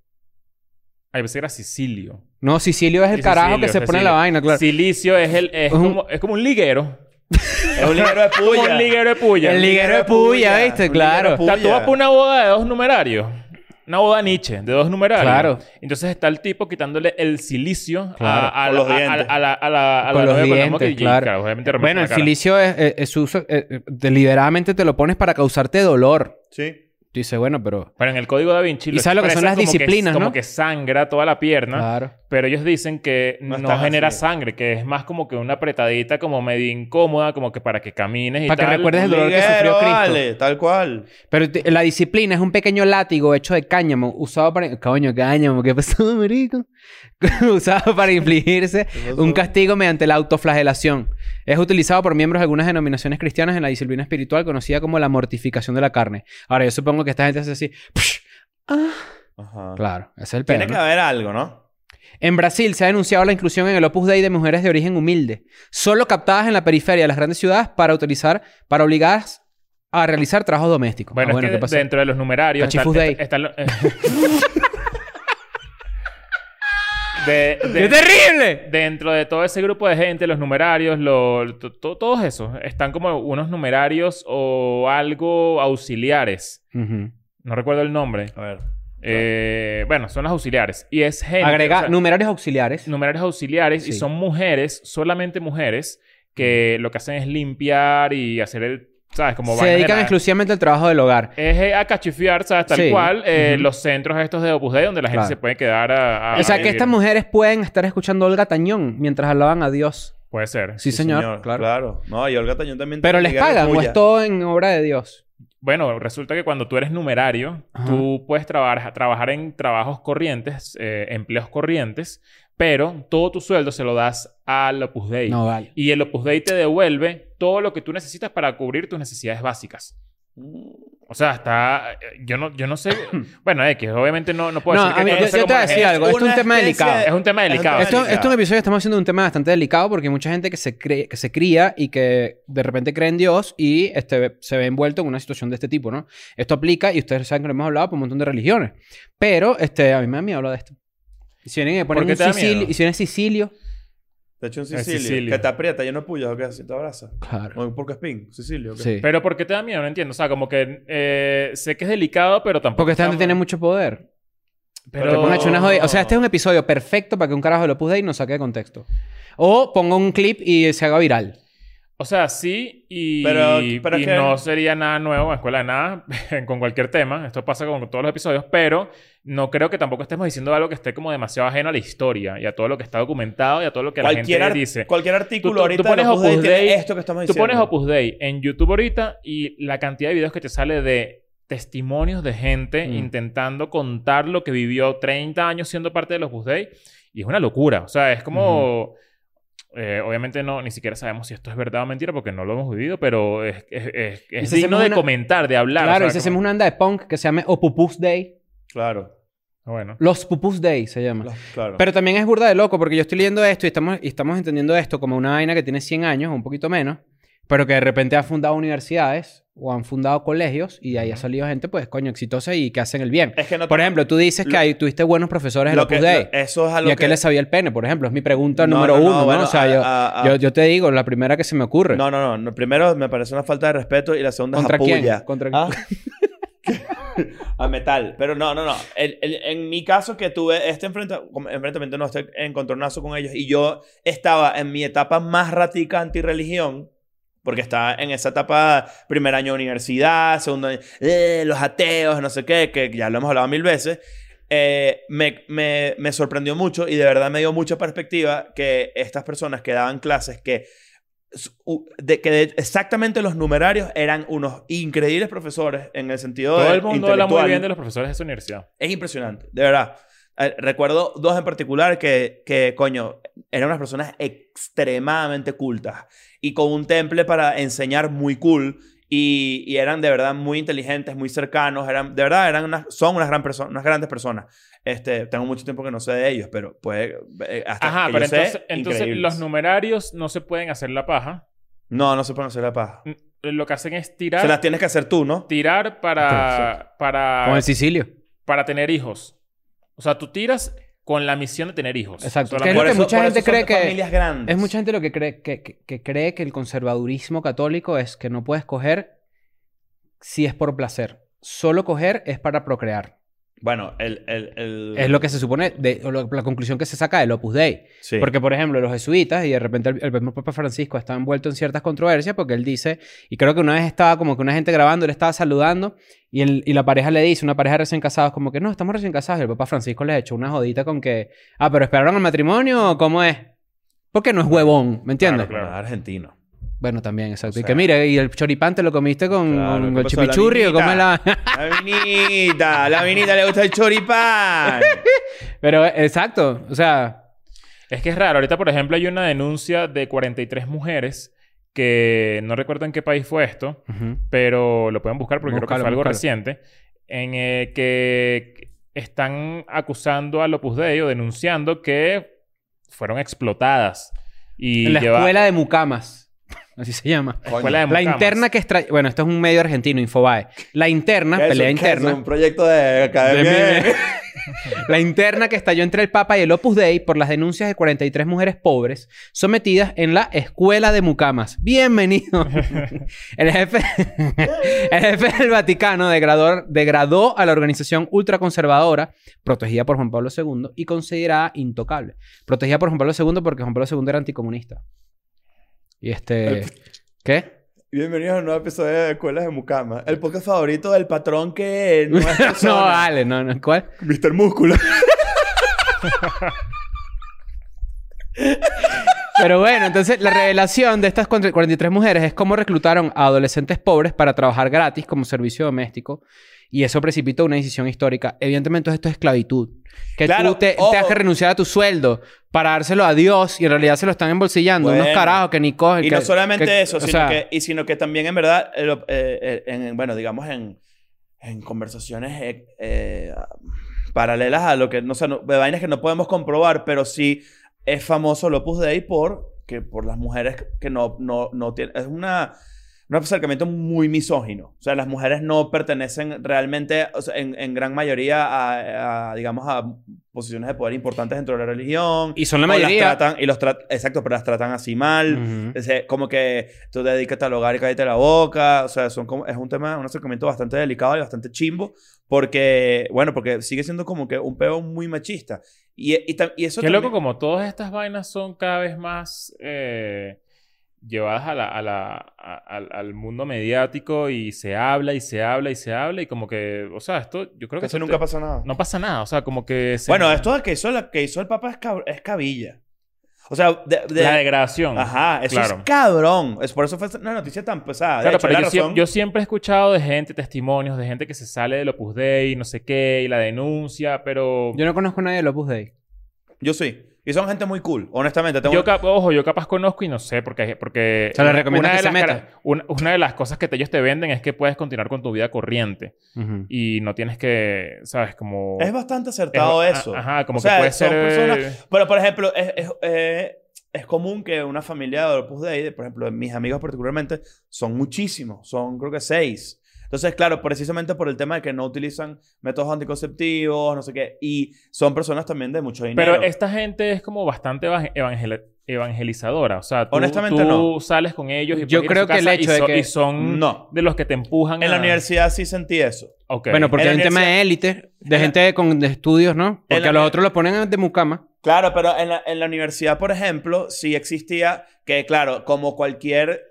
Speaker 2: Ay, pensé que era sicilio.
Speaker 3: No, sicilio es el
Speaker 2: Sí,
Speaker 3: carajo
Speaker 2: sicilio,
Speaker 3: que se pone en
Speaker 2: sicilio.
Speaker 3: la vaina, Ah, claro.
Speaker 2: Silicio es, el, es,
Speaker 3: Es un-
Speaker 2: como, es como un liguero.
Speaker 1: Es un liguero de
Speaker 2: Como
Speaker 1: puya.
Speaker 2: un liguero de puya.
Speaker 3: El liguero de puya, ¿viste?
Speaker 1: Un liguero de
Speaker 3: Claro.
Speaker 2: O sea, tú vas
Speaker 1: puya.
Speaker 2: por una boda de dos numerarios. Una boda Nietzsche, de dos numerarios.
Speaker 3: Claro.
Speaker 2: Entonces está el tipo quitándole el silicio a-
Speaker 3: Claro.
Speaker 2: a,
Speaker 1: Con
Speaker 2: la-
Speaker 1: los
Speaker 2: a-
Speaker 1: dientes.
Speaker 2: a la- a la- a la
Speaker 3: Con los
Speaker 2: novia la
Speaker 3: dientes,
Speaker 2: moca y- y,
Speaker 3: claro.
Speaker 2: obviamente rompe
Speaker 3: Bueno,
Speaker 2: la
Speaker 3: el
Speaker 2: cara.
Speaker 3: silicio es, es- es uso, eh, eh, deliberadamente te lo pones para causarte dolor.
Speaker 1: Sí.
Speaker 3: Tú dices, bueno, pero.
Speaker 2: Pero en el código da Vinci.
Speaker 3: Y sabes lo que
Speaker 2: expresan
Speaker 3: son las
Speaker 2: como
Speaker 3: disciplinas,
Speaker 2: que,
Speaker 3: ¿no?
Speaker 2: Como que sangra toda la pierna.
Speaker 3: Claro.
Speaker 2: Pero ellos dicen que no,
Speaker 1: No es tan
Speaker 2: genera
Speaker 1: así.
Speaker 2: sangre, que es más como que una apretadita, como medio incómoda, como que para que camines y
Speaker 3: Para que
Speaker 2: tal.
Speaker 3: recuerdes Es el
Speaker 1: Un
Speaker 3: dolor que
Speaker 1: liguero,
Speaker 3: sufrió Cristo.
Speaker 1: vale, tal cual.
Speaker 3: Pero te- la disciplina es un pequeño látigo hecho de cáñamo usado para. Coño, cáñamo, ¿qué pasó, <laughs> marico? usado para infligirse un castigo mediante la autoflagelación. Es utilizado por miembros de algunas denominaciones cristianas en la disciplina espiritual conocida como la mortificación de la carne. Ahora, yo supongo que esta gente hace así. "Psh". Ah,
Speaker 1: Ajá.
Speaker 3: claro, ese es el
Speaker 1: Tiene
Speaker 3: pedo.
Speaker 1: que
Speaker 3: ¿no?
Speaker 1: haber algo, ¿no?
Speaker 3: En Brasil se ha denunciado la inclusión en el Opus Dei de mujeres de origen humilde, solo captadas en la periferia de las grandes ciudades para utilizar, para obligadas a realizar trabajos domésticos.
Speaker 2: Bueno,
Speaker 3: Ah,
Speaker 2: es que dentro de los numerarios.
Speaker 3: Está Chifus
Speaker 2: están-
Speaker 3: Day.
Speaker 2: están los- <laughs> De- de-
Speaker 3: ¡Qué terrible!
Speaker 2: dentro de todo ese grupo de gente, los numerarios, lo- to- to- todos esos, están como unos numerarios o algo auxiliares.
Speaker 3: Ujú.
Speaker 2: No recuerdo el nombre.
Speaker 1: A ver.
Speaker 2: Eh, bueno, son las auxiliares. Y es gente.
Speaker 3: Agrega
Speaker 2: o sea,
Speaker 3: numerarios auxiliares.
Speaker 2: numerarios auxiliares y
Speaker 3: Sí.
Speaker 2: son mujeres, solamente mujeres, que lo que hacen es limpiar y hacer el. ¿Sabes? Como
Speaker 3: se
Speaker 2: vainas de
Speaker 3: dedican
Speaker 2: la-
Speaker 3: exclusivamente al trabajo del hogar.
Speaker 2: Es eh, a cachifiar, ¿sabes? Tal
Speaker 3: Sí.
Speaker 2: cual, eh,
Speaker 3: Ujú.
Speaker 2: los centros estos de Opus Dei donde la gente
Speaker 3: Claro.
Speaker 2: se puede quedar a. a-
Speaker 3: o sea,
Speaker 2: a
Speaker 3: que
Speaker 2: vivir.
Speaker 3: estas mujeres pueden estar escuchando a Olga Tañón mientras alaban a Dios.
Speaker 2: Puede ser.
Speaker 3: Sí, señor. Claro.
Speaker 1: No, y Olga Tañón también.
Speaker 3: Pero
Speaker 1: tiene
Speaker 3: les
Speaker 1: liguero de
Speaker 3: pagan o
Speaker 1: puya.
Speaker 3: es todo en obra de Dios.
Speaker 2: Bueno, resulta que cuando tú eres numerario,
Speaker 3: Ajá.
Speaker 2: tú puedes trabajar, trabajar en trabajos corrientes, eh, empleos corrientes, pero todo tu sueldo se lo das al Opus Dei.
Speaker 3: No vale.
Speaker 2: Y el Opus Dei te devuelve todo lo que tú necesitas para cubrir tus necesidades básicas. O sea, está... eh, Yo no, yo no
Speaker 3: <coughs>
Speaker 2: sé... bueno, X, obviamente no, no puedo
Speaker 3: No,
Speaker 2: decir Pues que
Speaker 3: a mí-
Speaker 2: conozco
Speaker 3: yo- yo te
Speaker 2: cómo
Speaker 3: voy a
Speaker 2: la
Speaker 3: decir
Speaker 2: gente-
Speaker 3: algo, esto es un
Speaker 1: una
Speaker 3: tema
Speaker 1: especie
Speaker 3: delicado.
Speaker 2: Es un tema delicado.
Speaker 1: un
Speaker 3: Esto,
Speaker 1: delicado.
Speaker 3: esto es un episodio que estamos haciendo de un tema bastante delicado porque mucha gente que se, cree, que se cría y que de repente cree en Dios y este, se ve envuelto en una situación de este tipo, ¿no? Esto aplica y ustedes saben que lo hemos hablado por un montón de religiones. Pero este, a mí me da miedo hablar de esto. Y si vienen y me ponen
Speaker 2: ¿Por qué
Speaker 3: un
Speaker 2: te da
Speaker 3: Sicilio,
Speaker 2: miedo?
Speaker 3: y si viene Sicilio,
Speaker 1: De hecho, un
Speaker 2: Es
Speaker 1: Sicilio.
Speaker 2: Sicilio.
Speaker 1: Que te aprieta, lleno de puyas o qué así, te abraza.
Speaker 3: claro.
Speaker 1: O un porco espín, Sicilio. ¿o qué?
Speaker 3: Sí.
Speaker 2: Pero ¿por qué te da miedo? No entiendo. O sea, como que eh, sé que es delicado, pero tampoco...
Speaker 3: Porque esta
Speaker 2: está-
Speaker 3: gente tiene mucho poder.
Speaker 1: Te
Speaker 3: Pongan
Speaker 1: No.
Speaker 3: a echar una jodida. O sea, este es un episodio perfecto para que un carajo lo puse y nos saque de contexto. O ponga un clip y se haga viral.
Speaker 2: O sea, sí, y,
Speaker 1: Pero- pero
Speaker 2: y
Speaker 1: es que-
Speaker 2: no sería nada nuevo, escuela de nada, <laughs> con cualquier tema. Esto pasa con todos los episodios, pero no creo que tampoco estemos diciendo algo que esté como demasiado ajeno a la historia y a todo lo que está documentado y a todo lo que la
Speaker 1: Cualquier,
Speaker 2: gente
Speaker 1: ar-
Speaker 2: dice.
Speaker 1: cualquier
Speaker 2: Tú-
Speaker 1: artículo
Speaker 2: tú-
Speaker 1: ahorita
Speaker 2: tú pones
Speaker 1: de Opus Dei
Speaker 2: Opus
Speaker 1: tiene
Speaker 2: Dei-
Speaker 1: esto que estamos
Speaker 2: Tú
Speaker 1: diciendo.
Speaker 2: pones Opus Dei en YouTube ahorita y la cantidad de videos que te sale de testimonios de gente
Speaker 3: Mm.
Speaker 2: intentando contar lo que vivió 30 años siendo parte de los Opus Dei y es una locura. O sea, es como... eh, obviamente no, ni siquiera sabemos si esto es verdad o mentira porque no lo hemos vivido, pero es, es, es- es
Speaker 3: Y si
Speaker 2: digno
Speaker 3: hacemos
Speaker 2: de
Speaker 3: una-
Speaker 2: comentar, de hablar.
Speaker 3: Claro,
Speaker 2: o sea,
Speaker 3: y si
Speaker 2: como-
Speaker 3: hacemos una anda de punk que se llame O Pupus Day.
Speaker 1: Claro.
Speaker 2: ah, Bueno.
Speaker 3: Los Pupus Day se llama.
Speaker 1: Los- claro.
Speaker 3: Pero también es burda de loco porque yo estoy leyendo esto y estamos, y estamos entendiendo esto como una vaina que tiene 100 años, un poquito menos, pero que de repente ha fundado universidades o han fundado colegios y de ahí ha
Speaker 2: Ujú.
Speaker 3: salido gente, pues, coño, exitosa y que hacen el bien.
Speaker 1: es que no
Speaker 3: Por ejemplo, tú dices que
Speaker 1: Lo-
Speaker 3: ahí tuviste buenos profesores en
Speaker 1: lo
Speaker 3: Opus
Speaker 1: que-
Speaker 3: Dei.
Speaker 1: lo- Eso es a lo
Speaker 3: ¿Y a
Speaker 1: que...
Speaker 3: qué le sabía el pene, por ejemplo? Es mi pregunta
Speaker 1: No,
Speaker 3: número
Speaker 1: no, no,
Speaker 3: uno, ¿no?
Speaker 1: bueno,
Speaker 3: o sea,
Speaker 1: a-
Speaker 3: yo,
Speaker 1: a- a-
Speaker 3: yo, yo te digo, la primera que se me ocurre.
Speaker 1: No, no, no, no. Primero me parece una falta de respeto y la segunda es
Speaker 3: ¿Contra
Speaker 1: a
Speaker 3: quién?
Speaker 1: puya.
Speaker 3: ¿Contra
Speaker 1: ¿Ah? a metal. Pero no, no, no. El- el- en mi caso que tuve este enfrenta- como enfrentamiento, no, este encontronazo con ellos y yo estaba en mi etapa más ratica antirreligión. Porque estaba en esa etapa, primer año de universidad, segundo año, eh, los ateos, no sé qué, que ya lo hemos hablado mil veces. Eh, me, me- me sorprendió mucho y de verdad me dio mucha perspectiva que estas personas que daban clases que s- u- de que de- exactamente los numerarios eran unos increíbles profesores en el sentido de
Speaker 2: Todo el mundo habla muy
Speaker 1: intelectual.
Speaker 2: bien de los profesores de esa universidad.
Speaker 1: Es impresionante, de verdad. Eh, Recuerdo dos en particular que, que, coño, eran unas personas extremadamente cultas y con un temple para enseñar muy cool y, y eran de verdad muy inteligentes, muy cercanos, eran, de verdad eran unas, son unas, gran perso- unas grandes personas. Este, tengo mucho tiempo que no sé de ellos, pero pues eh, hasta
Speaker 2: Ajá,
Speaker 1: que yo
Speaker 2: pero
Speaker 1: sé,
Speaker 2: entonces, entonces
Speaker 1: increíbles.
Speaker 2: los numerarios no se pueden hacer la paja.
Speaker 1: No, no se pueden hacer la paja.
Speaker 2: Mm, Lo que hacen es
Speaker 1: Se las
Speaker 2: tirar,
Speaker 1: tienes que hacer tú, ¿no?
Speaker 2: tirar para,
Speaker 3: Como
Speaker 1: Ah.
Speaker 2: para,
Speaker 3: en Sicilio.
Speaker 2: para tener hijos. O sea, tú tiras con la misión de tener hijos.
Speaker 3: Exacto.
Speaker 2: Solamente.
Speaker 3: Es lo que mucha
Speaker 1: por
Speaker 3: gente
Speaker 1: son
Speaker 3: cree que-
Speaker 1: familias grandes.
Speaker 3: Es mucha gente lo que cree que, que- que cree que el conservadurismo católico es que no puedes coger si es por placer. Solo coger es para procrear.
Speaker 1: Bueno, el... el, el-
Speaker 3: Es lo que se supone, de, o lo- la conclusión que se saca del Opus Dei.
Speaker 1: Sí.
Speaker 3: Porque, por ejemplo, los jesuitas y de repente el, el mismo Papa Francisco está envuelto en ciertas controversias porque él dice, y creo que una vez estaba como que una gente grabando, él estaba saludando y, él- y la pareja le dice, una pareja recién casados, como que no, estamos recién casados y el Papa Francisco le ha hecho una jodita con que, ah, pero esperaron al matrimonio o cómo es. Porque no es huevón, ¿me entiendes?
Speaker 1: Claro, claro. Argentino.
Speaker 3: Bueno, también, exacto.
Speaker 1: O
Speaker 3: y
Speaker 1: sea-
Speaker 3: que mira, y el choripán te lo comiste con,
Speaker 1: Claro,
Speaker 3: con
Speaker 1: ¿qué
Speaker 3: el
Speaker 1: pasó? La
Speaker 3: chimichurri o
Speaker 1: vinita.
Speaker 3: cómo es la... <laughs>
Speaker 1: La vinita, la vinita le gusta el choripán.
Speaker 3: pero, eh, exacto, o sea...
Speaker 2: Es que es raro. Ahorita, por ejemplo, hay una denuncia de 43 mujeres que no recuerdo en qué país fue esto,
Speaker 3: ujú.
Speaker 2: pero lo pueden buscar porque creo
Speaker 3: Búscalo,
Speaker 2: que fue algo
Speaker 3: búscalo.
Speaker 2: reciente, en eh, que están acusando al Opus Dei o denunciando que fueron explotadas. Y
Speaker 3: En la
Speaker 2: lleva-
Speaker 3: escuela de mucamas. Así se llama.
Speaker 2: escuela de
Speaker 3: La
Speaker 2: mucamas.
Speaker 3: interna que extrae... Bueno, esto es un medio argentino, Infobae. La interna,
Speaker 1: ¿Qué es
Speaker 3: pelea
Speaker 1: un- qué es
Speaker 3: interna.
Speaker 1: Un proyecto de academia.
Speaker 3: De
Speaker 1: <laughs> de-
Speaker 3: La interna que estalló entre el Papa y el Opus Dei por las denuncias de 43 mujeres pobres sometidas en la escuela de mucamas. Bienvenido. El jefe, <laughs> el jefe del Vaticano degradó, degradó a la organización ultraconservadora, protegida por Juan Pablo II y considerada intocable. Protegida por Juan Pablo II porque Juan Pablo II era anticomunista. Y este... ¿Qué?
Speaker 1: <laughs> Bienvenidos a un nuevo episodio de Escuelas de Mucama. El podcast favorito del patrón
Speaker 3: <laughs>
Speaker 1: que no es
Speaker 3: No,
Speaker 1: persona.
Speaker 3: vale, no, no. ¿Cuál?
Speaker 1: Mr. Músculo.
Speaker 3: Pero bueno, entonces la revelación de estas 43 mujeres es cómo reclutaron a adolescentes pobres para trabajar gratis como servicio doméstico. Y eso precipitó una decisión histórica. Evidentemente, esto es esclavitud. Que
Speaker 1: Claro,
Speaker 3: tú te,
Speaker 1: ojo.
Speaker 3: te has que renunciar a tu sueldo para dárselo a Dios y en realidad se lo están embolsillando. Unos
Speaker 1: Bueno.
Speaker 3: carajos que ni cogen.
Speaker 1: Y
Speaker 3: que-
Speaker 1: no solamente
Speaker 3: que-
Speaker 1: eso,
Speaker 3: o
Speaker 1: sino,
Speaker 3: sea,
Speaker 1: que, y sino que también en verdad, eh, lo- eh, eh, en- bueno, digamos en, en conversaciones eh, eh, paralelas a lo que, no sé, no- de vainas que no podemos comprobar, pero sí es famoso el Opus Dei por, que por las mujeres que- que no, no, no tienen, es una... Un acercamiento muy misógino. O sea, las mujeres no pertenecen realmente, o sea, en, en gran mayoría, a, a, digamos, a posiciones de poder importantes dentro de la religión.
Speaker 3: Y son
Speaker 1: O
Speaker 3: la
Speaker 1: las
Speaker 3: mayoría.
Speaker 1: tratan, y los tratan, exacto, pero las tratan así mal.
Speaker 3: Ujú.
Speaker 1: Ese- eh, como que tú te dedicas al hogar y cállate la boca. O sea, son como, es un tema, un acercamiento bastante delicado y bastante chimbo. Porque, bueno, porque sigue siendo como que un peo muy machista. Y, y, tam- y eso
Speaker 2: Qué
Speaker 1: también-
Speaker 2: loco, como todas estas vainas son cada vez más eh, llevadas a la, a la, a- al- al mundo mediático y se habla y se habla y se habla y como que, o sea, esto yo creo que...
Speaker 1: Eso
Speaker 2: esto
Speaker 1: nunca
Speaker 2: te-
Speaker 1: pasa nada.
Speaker 2: No pasa nada, o sea, como que... se-
Speaker 1: bueno, esto que hizo, la, que hizo el Papa es, cab- es cabilla. O sea, de, de-
Speaker 2: La degradación.
Speaker 1: Ajá, eso
Speaker 2: claro.
Speaker 1: es cabrón. Es, por eso fue una noticia tan pesada. De
Speaker 2: Claro,
Speaker 1: hecho,
Speaker 2: pero
Speaker 1: la
Speaker 2: yo, sie-
Speaker 1: razón-
Speaker 2: yo siempre he escuchado de gente, testimonios, de gente que se sale del Opus Dei, no sé qué, y la denuncia, pero...
Speaker 3: Yo no conozco a nadie del Opus Dei.
Speaker 1: yo sí. Y son gente muy cool, honestamente. Tengo-
Speaker 2: Yo, cap- ojo, yo capaz conozco y no sé, porque... porque
Speaker 3: Se le
Speaker 2: una- una
Speaker 3: recomienda que
Speaker 2: de
Speaker 3: se
Speaker 2: las
Speaker 3: meta.
Speaker 2: cara- Una, una de las cosas que te- ellos te venden es que puedes continuar con tu vida corriente
Speaker 3: Ujú.
Speaker 2: y no tienes que, ¿sabes? Como...
Speaker 1: Es bastante acertado
Speaker 2: Es-
Speaker 1: eso.
Speaker 2: a- Ajá, como
Speaker 1: O sea,
Speaker 2: que puede
Speaker 1: son
Speaker 2: ser.
Speaker 1: personas-
Speaker 2: eh,
Speaker 1: Bueno, por ejemplo, es, es, eh, es común que una familia de Opus Dei, de- por ejemplo, de mis amigos particularmente, son muchísimos, son creo que seis. Entonces, claro, precisamente por el tema de que no utilizan métodos anticonceptivos, no sé qué, y son personas también de mucho dinero.
Speaker 2: Pero esta gente es como bastante eva- evangel- evangelizadora. O sea, tú,
Speaker 1: Honestamente,
Speaker 2: tú
Speaker 1: no.
Speaker 2: sales con ellos y
Speaker 3: Yo
Speaker 2: puedes ir a
Speaker 3: creo
Speaker 2: su
Speaker 3: que el
Speaker 2: casa
Speaker 3: hecho
Speaker 2: y
Speaker 3: de
Speaker 2: so-
Speaker 3: que-
Speaker 2: y son
Speaker 1: No.
Speaker 2: de los que te empujan
Speaker 1: en la
Speaker 2: a-
Speaker 1: universidad sí sentí eso.
Speaker 2: Ok.
Speaker 3: Bueno, porque
Speaker 1: En la
Speaker 3: hay un tema de élite, de
Speaker 1: en la-
Speaker 3: gente con de estudios, ¿no? Porque
Speaker 1: la-
Speaker 3: a los otros los ponen de mucama.
Speaker 1: Claro, pero en la, en la universidad, por ejemplo, sí existía que, claro, como cualquier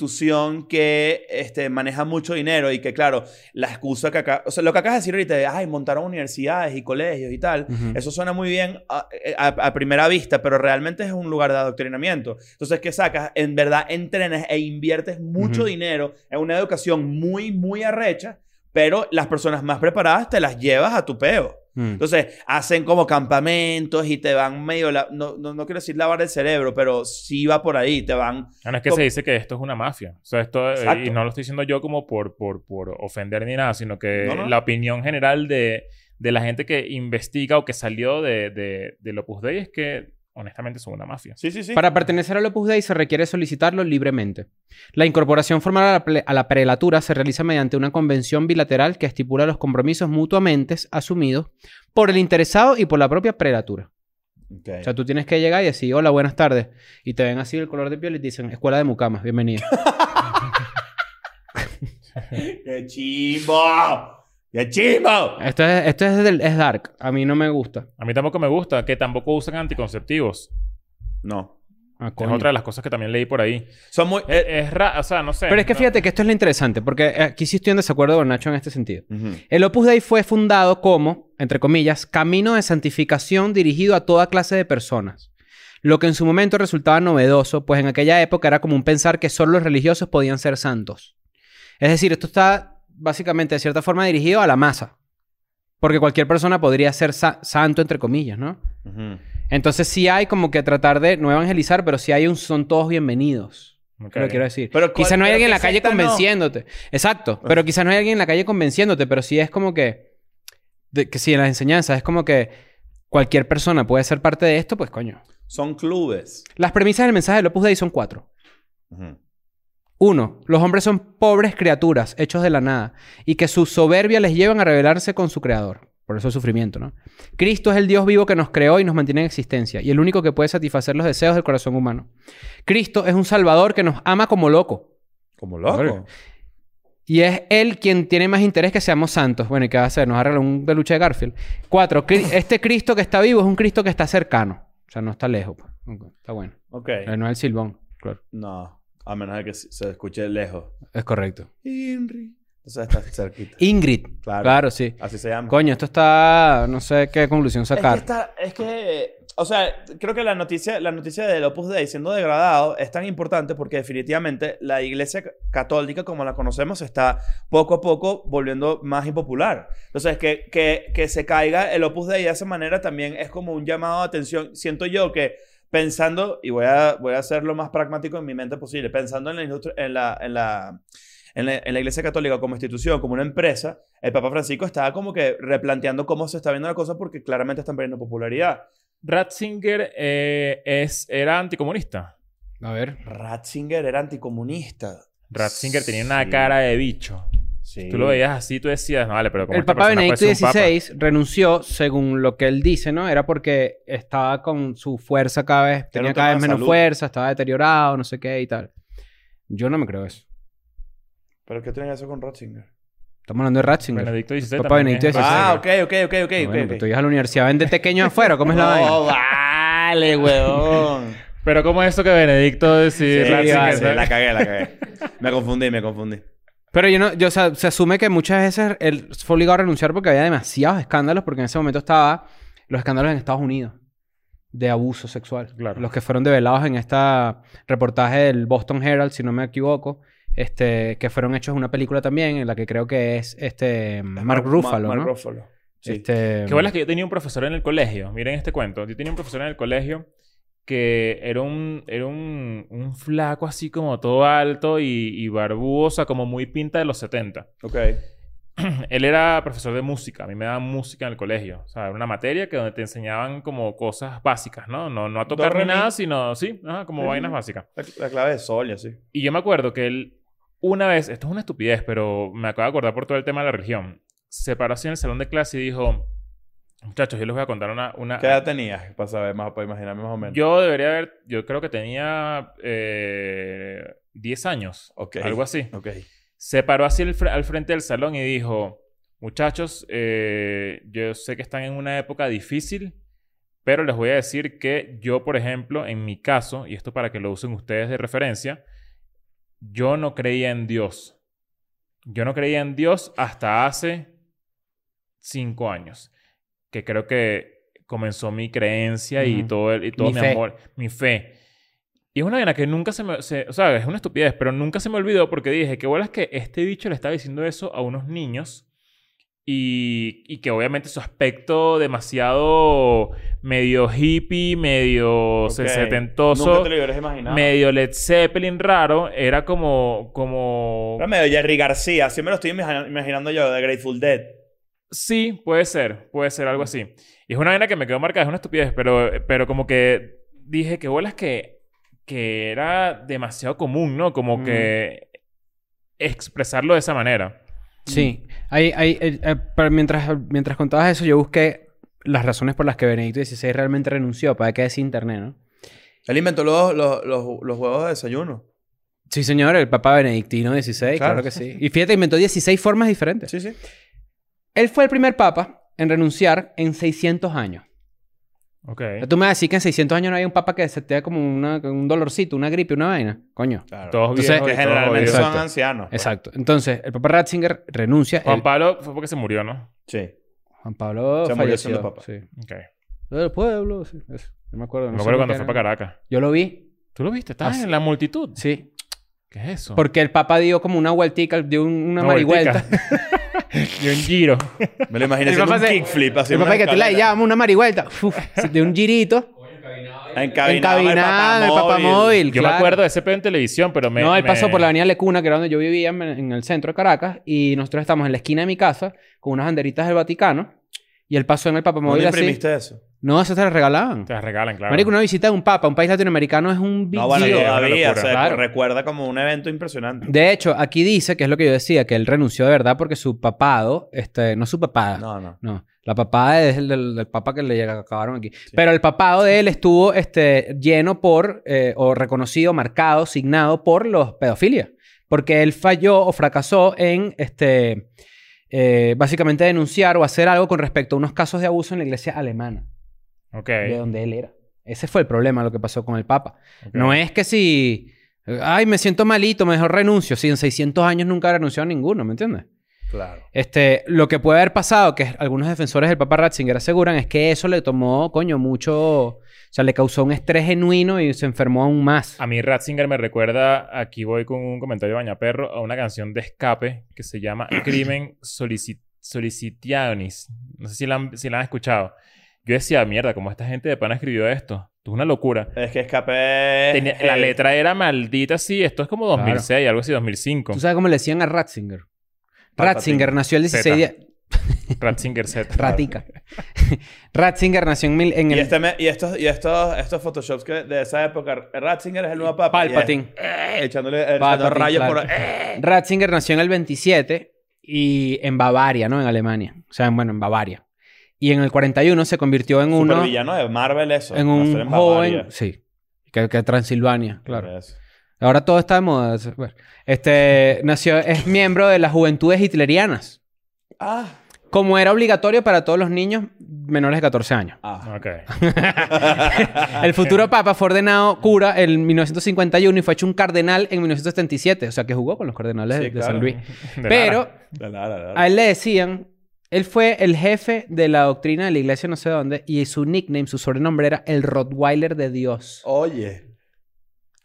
Speaker 1: institución que este, maneja mucho dinero y que, claro, la excusa que acá, o sea, lo que acabas de decir ahorita de, ay, montaron universidades y colegios y tal,
Speaker 3: Ujú.
Speaker 1: eso suena muy bien a, a- a primera vista, pero realmente es un lugar de adoctrinamiento. Entonces, ¿qué sacas? En verdad, entrenas e inviertes mucho
Speaker 3: Ujú.
Speaker 1: dinero en una educación muy, muy arrecha, pero las personas más preparadas te las llevas a tu peo.
Speaker 3: Mm.
Speaker 1: Entonces, hacen como campamentos y te van medio, la- no, no, no quiero decir lavar el cerebro, pero sí va por ahí, te van
Speaker 2: No, no, es que
Speaker 1: Como-
Speaker 2: se dice que esto es una mafia. O sea, esto, eh,
Speaker 1: Exacto.
Speaker 2: y no lo estoy diciendo yo como por, por, por ofender ni nada, sino que
Speaker 1: No, no.
Speaker 2: la opinión general de, de la gente que investiga o que salió de, de, del Opus Dei es que, honestamente, son una mafia.
Speaker 1: Sí, sí, sí.
Speaker 3: <laughs> Para pertenecer al Opus Dei se requiere solicitarlo libremente. La incorporación formal a la, ple- a la prelatura se realiza mediante una convención bilateral que estipula los compromisos mutuamente asumidos por el interesado y por la propia prelatura.
Speaker 1: Ok.
Speaker 3: O sea, tú tienes que llegar y decir, hola, buenas tardes. Y te ven así el color de piel y te dicen, escuela de
Speaker 2: <laughs>
Speaker 3: mucamas, bienvenido.
Speaker 1: ¡Qué chimbo! ¡Qué chimbo!
Speaker 3: esto es, esto es, del- es dark, a mí no me gusta.
Speaker 2: A mí tampoco me gusta, que tampoco usan anticonceptivos.
Speaker 1: No.
Speaker 3: Ah,
Speaker 2: Es
Speaker 3: coño.
Speaker 2: otra de las cosas que también leí por ahí.
Speaker 1: Son muy. eh,
Speaker 2: Es, es ra- o sea, no sé.
Speaker 3: Pero es que
Speaker 2: no-
Speaker 3: fíjate que esto es lo interesante, porque eh, aquí sí estoy en desacuerdo con Nacho en este sentido.
Speaker 1: Ujú.
Speaker 3: El Opus Dei fue fundado como, entre comillas, camino de santificación dirigido a toda clase de personas. Lo que en su momento resultaba novedoso, pues en aquella época era común pensar que solo los religiosos podían ser santos. Es decir, esto está básicamente de cierta forma dirigido a la masa. Porque cualquier persona podría ser sa- santo, entre comillas, ¿no?
Speaker 1: Ujú.
Speaker 3: Entonces sí hay como que tratar de no evangelizar, pero sí hay un son todos bienvenidos.
Speaker 2: Ok.
Speaker 3: Lo que quiero decir.
Speaker 1: Pero
Speaker 3: quizás
Speaker 1: cuál-
Speaker 3: no hay
Speaker 1: pero
Speaker 3: alguien en la
Speaker 1: qué
Speaker 3: calle
Speaker 1: secta no. Ah.
Speaker 3: convenciéndote. Exacto. Pero quizás no hay alguien en la calle convenciéndote, pero sí es como que. de- que sí, en las enseñanzas es como que cualquier persona puede ser parte de esto, pues coño.
Speaker 1: Son clubes.
Speaker 3: Las premisas del mensaje del Opus Dei son cuatro.
Speaker 1: Ujú.
Speaker 3: Uno, los hombres son pobres criaturas, hechos de la nada, y que su soberbia les llevan a rebelarse con su creador. Por eso el sufrimiento, ¿no? Cristo es el Dios vivo que nos creó y nos mantiene en existencia, y el único que puede satisfacer los deseos del corazón humano. Cristo es un salvador que nos ama como loco,
Speaker 1: Como loco.
Speaker 3: Verga. y es Él quien tiene más interés que seamos santos. Bueno, ¿y qué va a hacer? Nos arregla un peluche de Garfield. Cuatro, cri- este Cristo que está vivo es un Cristo que está cercano. O sea, no está lejos. pues. Ok, Está bueno.
Speaker 1: Ok.
Speaker 3: Eh, No es el silbón. Claro.
Speaker 1: No. A menos de que se- se escuche lejos.
Speaker 3: Es correcto.
Speaker 1: Henry. O sea, está cerquita.
Speaker 3: Ingrid.
Speaker 1: Claro.
Speaker 3: claro sí.
Speaker 1: Así se llama.
Speaker 3: Coño, esto está. No sé qué conclusión sacar.
Speaker 1: Es que, está- es que, o sea, creo que la noticia, la noticia del Opus Dei siendo degradado es tan importante porque definitivamente la iglesia ca- católica como la conocemos se está poco a poco volviendo más impopular. Entonces, que, que, que se caiga el Opus Dei de esa manera también es como un llamado de atención. Siento yo que pensando, y voy a, voy a ser lo más pragmático en mi mente posible, pensando en la, industria- en la, en la, en la, en la Iglesia Católica como institución, como una empresa, el Papa Francisco estaba como que replanteando cómo se está viendo la cosa porque claramente están perdiendo popularidad.
Speaker 2: Ratzinger eh, es, era anticomunista.
Speaker 3: A ver.
Speaker 1: Ratzinger era anticomunista.
Speaker 2: Ratzinger tenía una
Speaker 1: Sí.
Speaker 2: cara de bicho.
Speaker 1: Sí.
Speaker 2: Tú lo veías así, tú decías, no, vale, pero como
Speaker 3: El
Speaker 2: esta
Speaker 3: Papa
Speaker 2: persona puede
Speaker 3: Benedicto
Speaker 2: ser un papa?
Speaker 3: XVI renunció, según lo que él dice, ¿no? Era porque estaba con su fuerza cada vez, tenía
Speaker 1: un
Speaker 3: cada
Speaker 1: tema
Speaker 3: vez
Speaker 1: de
Speaker 3: menos
Speaker 1: salud.
Speaker 3: fuerza, estaba deteriorado, no sé qué y tal. Yo no me creo eso.
Speaker 1: ¿Pero qué tiene que ver eso con Ratzinger?
Speaker 3: Estamos hablando de Ratzinger.
Speaker 2: Benedicto XVI.
Speaker 3: Papa
Speaker 2: también
Speaker 3: Benedicto
Speaker 2: es
Speaker 3: XVI.
Speaker 1: Ah,
Speaker 2: Ratzinger.
Speaker 1: ok, ok, ok, ok.
Speaker 3: Ah,
Speaker 1: ok,
Speaker 3: bueno,
Speaker 1: ok.
Speaker 3: pero tú ibas a la universidad, vende tequeños afuera, ¿cómo es la vaina?
Speaker 1: <laughs> No, vale, huevón.
Speaker 2: Pero ¿cómo es eso que Benedicto decide
Speaker 1: Sí,
Speaker 2: Ratzinger?
Speaker 1: vale,
Speaker 3: <laughs> sí,
Speaker 2: ¿sabes?
Speaker 1: la cagué, la cagué. Me confundí, me confundí.
Speaker 3: Pero yo no, yo, o sea, se asume que muchas veces él fue obligado a renunciar porque había demasiados escándalos, porque en ese momento estaba los escándalos en Estados Unidos de abuso sexual.
Speaker 2: Claro.
Speaker 3: Los que fueron develados en este reportaje del Boston Herald, si no me equivoco, este, que fueron hechos en una película también, en la que creo que es este Mark Ruffalo,
Speaker 1: Mark
Speaker 3: ¿no?
Speaker 1: Ruffalo. Sí.
Speaker 3: Este,
Speaker 2: Qué bueno es que yo tenía un profesor en el colegio. Miren este cuento. Yo tenía un profesor en el colegio que era un, era un, un flaco así como todo alto y, y barbudo, o sea, como muy pinta de los 70.
Speaker 1: Ok.
Speaker 2: <clears throat> Él era profesor de música. A mí me daban música en el colegio. O sea, era una materia que donde te enseñaban como cosas básicas, ¿no? No, no a tocar
Speaker 1: Do,
Speaker 2: ni
Speaker 1: re, mi.
Speaker 2: nada, sino, sí, ajá, como
Speaker 1: Sí, sí,
Speaker 2: vainas
Speaker 1: sí.
Speaker 2: básicas.
Speaker 1: La, la clave de sol y así.
Speaker 2: Y yo me acuerdo que él, una vez, esto es una estupidez, pero me acabo de acordar por todo el tema de la religión, se paró así en el salón de clase y dijo, muchachos, yo les voy a contar una... una
Speaker 3: Ah.
Speaker 1: ¿Qué edad tenías? Para saber, más, para imaginarme más o menos.
Speaker 2: yo debería haber, yo creo que tenía eh, 10 años,
Speaker 1: Ok.
Speaker 2: algo así.
Speaker 1: Ok.
Speaker 2: Se paró así al, fre- al frente del salón y dijo, muchachos, eh, yo sé que están en una época difícil, pero les voy a decir que yo, por ejemplo, en mi caso, y esto para que lo usen ustedes de referencia, yo no creía en Dios. Yo no creía en Dios hasta hace cinco años, que creo que comenzó mi creencia y
Speaker 3: Ujú.
Speaker 2: todo, el- y todo
Speaker 3: Mi
Speaker 2: mi,
Speaker 3: fe.
Speaker 2: amor, mi fe. Y es una vaina que nunca se me... se- o sea, es una estupidez, pero nunca se me olvidó porque dije, qué bolas que este bicho le estaba diciendo eso a unos niños y, y que obviamente su aspecto demasiado medio hippie, medio
Speaker 1: Ok.
Speaker 2: setentoso
Speaker 1: Nunca te lo hubieras imaginado.
Speaker 2: medio Led Zeppelin raro, era como, como...
Speaker 1: Era medio Jerry García. Así me lo estoy imagina- imaginando yo, de Grateful Dead.
Speaker 2: Sí, puede ser, puede ser algo así. Y es una vaina que me quedó marcada, es una estupidez, pero, eh, pero como que dije que bolas que, que era demasiado común, ¿no? Como
Speaker 1: Mm.
Speaker 2: que expresarlo de esa manera.
Speaker 3: Sí. Hay, hay, eh, eh, pero mientras, mientras contabas eso, yo busqué las razones por las que Benedicto XVI realmente renunció para que decir internet, ¿no?
Speaker 1: Él inventó los, los, los, los huevos de desayuno.
Speaker 3: Sí, señor, el Papa Benedictino XVI, claro,
Speaker 1: Claro.
Speaker 3: que sí. Y fíjate, inventó 16 formas diferentes.
Speaker 1: Sí, sí.
Speaker 3: Él fue el primer Papa en renunciar en 600 años.
Speaker 2: Ok.
Speaker 3: O sea, Tú me vas a decir que en 600 años no hay un Papa que se te da como una- un dolorcito, una gripe, una vaina. Coño.
Speaker 1: Claro.
Speaker 2: Todos
Speaker 3: Entonces,
Speaker 2: viejos y
Speaker 1: que
Speaker 2: todos
Speaker 1: generalmente
Speaker 2: jodidos.
Speaker 1: son
Speaker 3: Exacto.
Speaker 1: ancianos. pues.
Speaker 3: Exacto. Entonces, el Papa Ratzinger renuncia.
Speaker 2: Juan
Speaker 3: El-
Speaker 2: Pablo fue porque se murió, ¿no?
Speaker 1: Sí.
Speaker 3: Juan Pablo
Speaker 1: Se murió
Speaker 3: falleció.
Speaker 1: siendo Papa.
Speaker 3: Sí.
Speaker 2: Ok.
Speaker 3: Del pueblo, sí. eso. Yo me acuerdo.
Speaker 2: No
Speaker 3: no
Speaker 2: me
Speaker 3: sé
Speaker 2: acuerdo
Speaker 3: por
Speaker 2: cuando
Speaker 3: qué
Speaker 2: fue
Speaker 3: era.
Speaker 2: para Caracas.
Speaker 3: Yo lo vi.
Speaker 2: ¿Tú lo viste? ¿Estás
Speaker 3: Ah,
Speaker 2: en la multitud?
Speaker 3: Sí.
Speaker 2: ¿Qué es eso?
Speaker 3: Porque el Papa dio como una vueltica, dio un- una
Speaker 2: Una
Speaker 3: marihuelta.
Speaker 2: <laughs> Y un giro.
Speaker 1: Me lo
Speaker 3: <laughs>
Speaker 1: imaginé
Speaker 3: El
Speaker 1: haciendo
Speaker 3: papá
Speaker 1: un
Speaker 3: se-
Speaker 1: kickflip.
Speaker 3: El
Speaker 1: haciendo
Speaker 3: Papa
Speaker 1: una
Speaker 3: que tú la
Speaker 1: escalera.
Speaker 3: llama una marihuelta. Uf, de un girito.
Speaker 1: Encabinado,
Speaker 3: Encabinada en el papamóvil.
Speaker 2: Yo me
Speaker 3: claro.
Speaker 2: acuerdo de ese pedo en televisión, pero me...
Speaker 3: no, él pasó
Speaker 2: me-
Speaker 3: por la avenida Lecuna, que era donde yo vivía, en, en el centro de Caracas, y nosotros estamos en la esquina de mi casa con unas banderitas del Vaticano, y él pasó en el
Speaker 1: ¿Dónde
Speaker 3: papamóvil así.
Speaker 1: imprimiste eso?
Speaker 3: No, eso te las regalaban.
Speaker 2: Te las regalan, claro.
Speaker 3: Marico, una visita de un papa a un país latinoamericano es un
Speaker 1: No,
Speaker 3: video.
Speaker 1: bueno,
Speaker 2: Sí, una
Speaker 1: todavía.
Speaker 2: locura.
Speaker 1: o sea,
Speaker 3: Claro.
Speaker 1: Recuerda como un evento impresionante.
Speaker 3: De hecho, aquí dice, que es lo que yo decía, que él renunció de verdad porque su papado, este, no su papada, no.
Speaker 1: No, no.
Speaker 3: la papada es el del, del papa que le acabaron aquí. Pero el papado de él estuvo este, lleno por, eh, o reconocido, marcado, signado por los pedofilias. Porque él falló o fracasó en, este, eh, básicamente denunciar o hacer algo con respecto a unos casos de abuso en la iglesia alemana,
Speaker 2: Ok.
Speaker 3: de donde él era. Ese fue el problema, lo que pasó con el papa.
Speaker 2: ok.
Speaker 3: No es que si. Ay, me siento malito, mejor renuncio. Si en 600 años nunca ha renunciado a ninguno, ¿me entiendes?
Speaker 1: Claro.
Speaker 3: Este, lo que puede haber pasado, que algunos defensores del Papa Ratzinger aseguran, es que eso le tomó, coño, mucho. O sea, le causó un estrés genuino y se enfermó aún más.
Speaker 1: Ah,
Speaker 2: A mí Ratzinger me recuerda, aquí voy con un comentario de Bañaperro, a una canción de escape que se
Speaker 3: <clears throat>
Speaker 2: llama Crimen Solici- Solicitationis. No sé si la, han, si la han escuchado. Yo decía, mierda, ¿cómo esta gente de pana escribió esto? Esto es una locura.
Speaker 1: Es que
Speaker 3: Eh,
Speaker 1: escapé. eh,
Speaker 2: Tenía- la letra era maldita, sí. Esto es como 2006, algo así, 2005.
Speaker 3: ¿Tú sabes cómo le decían a Ratzinger?
Speaker 1: Patatín.
Speaker 3: Ratzinger nació el 16
Speaker 2: Zeta.
Speaker 3: de.
Speaker 2: Ratzinger Z.
Speaker 3: Ratica. <laughs> Ratzinger nació en, mil, en
Speaker 1: Y,
Speaker 3: el.
Speaker 1: este me- y estos, y estos, estos Photoshops que de esa época, Ratzinger es el nuevo papa. y es,
Speaker 3: Palpatine.
Speaker 1: eh, echándole echando
Speaker 3: Palpatine,
Speaker 1: rayos
Speaker 3: claro.
Speaker 1: por. eh.
Speaker 3: Ratzinger nació en el 27 y en Bavaria, ¿no? En Alemania. O sea, en- bueno, en Bavaria. Y en el 41 se convirtió en uno...
Speaker 1: Supervillano de Marvel, eso.
Speaker 3: En
Speaker 1: Nacer
Speaker 3: un
Speaker 1: Bavaria.
Speaker 3: joven... Sí. Que, que Transilvania, claro.
Speaker 1: Eso.
Speaker 3: Ahora todo está de moda. es- bueno. Este, nació... Es miembro de las juventudes hitlerianas.
Speaker 1: Ah.
Speaker 3: Como era obligatorio para todos los niños menores de 14 años.
Speaker 1: Ah.
Speaker 2: Ok.
Speaker 3: <laughs>
Speaker 1: <laughs>
Speaker 3: El futuro papa fue ordenado cura en 1951 y fue hecho un cardenal en 1977. O sea, que jugó con los cardenales
Speaker 1: Sí,
Speaker 3: de
Speaker 1: claro.
Speaker 3: San Luis.
Speaker 2: De
Speaker 3: Pero...
Speaker 2: nada.
Speaker 1: La, la, la, la.
Speaker 3: A él le decían, él fue el jefe de la doctrina de la iglesia no sé dónde y su nickname, su sobrenombre era el Rottweiler de Dios.
Speaker 1: Oh. Oye.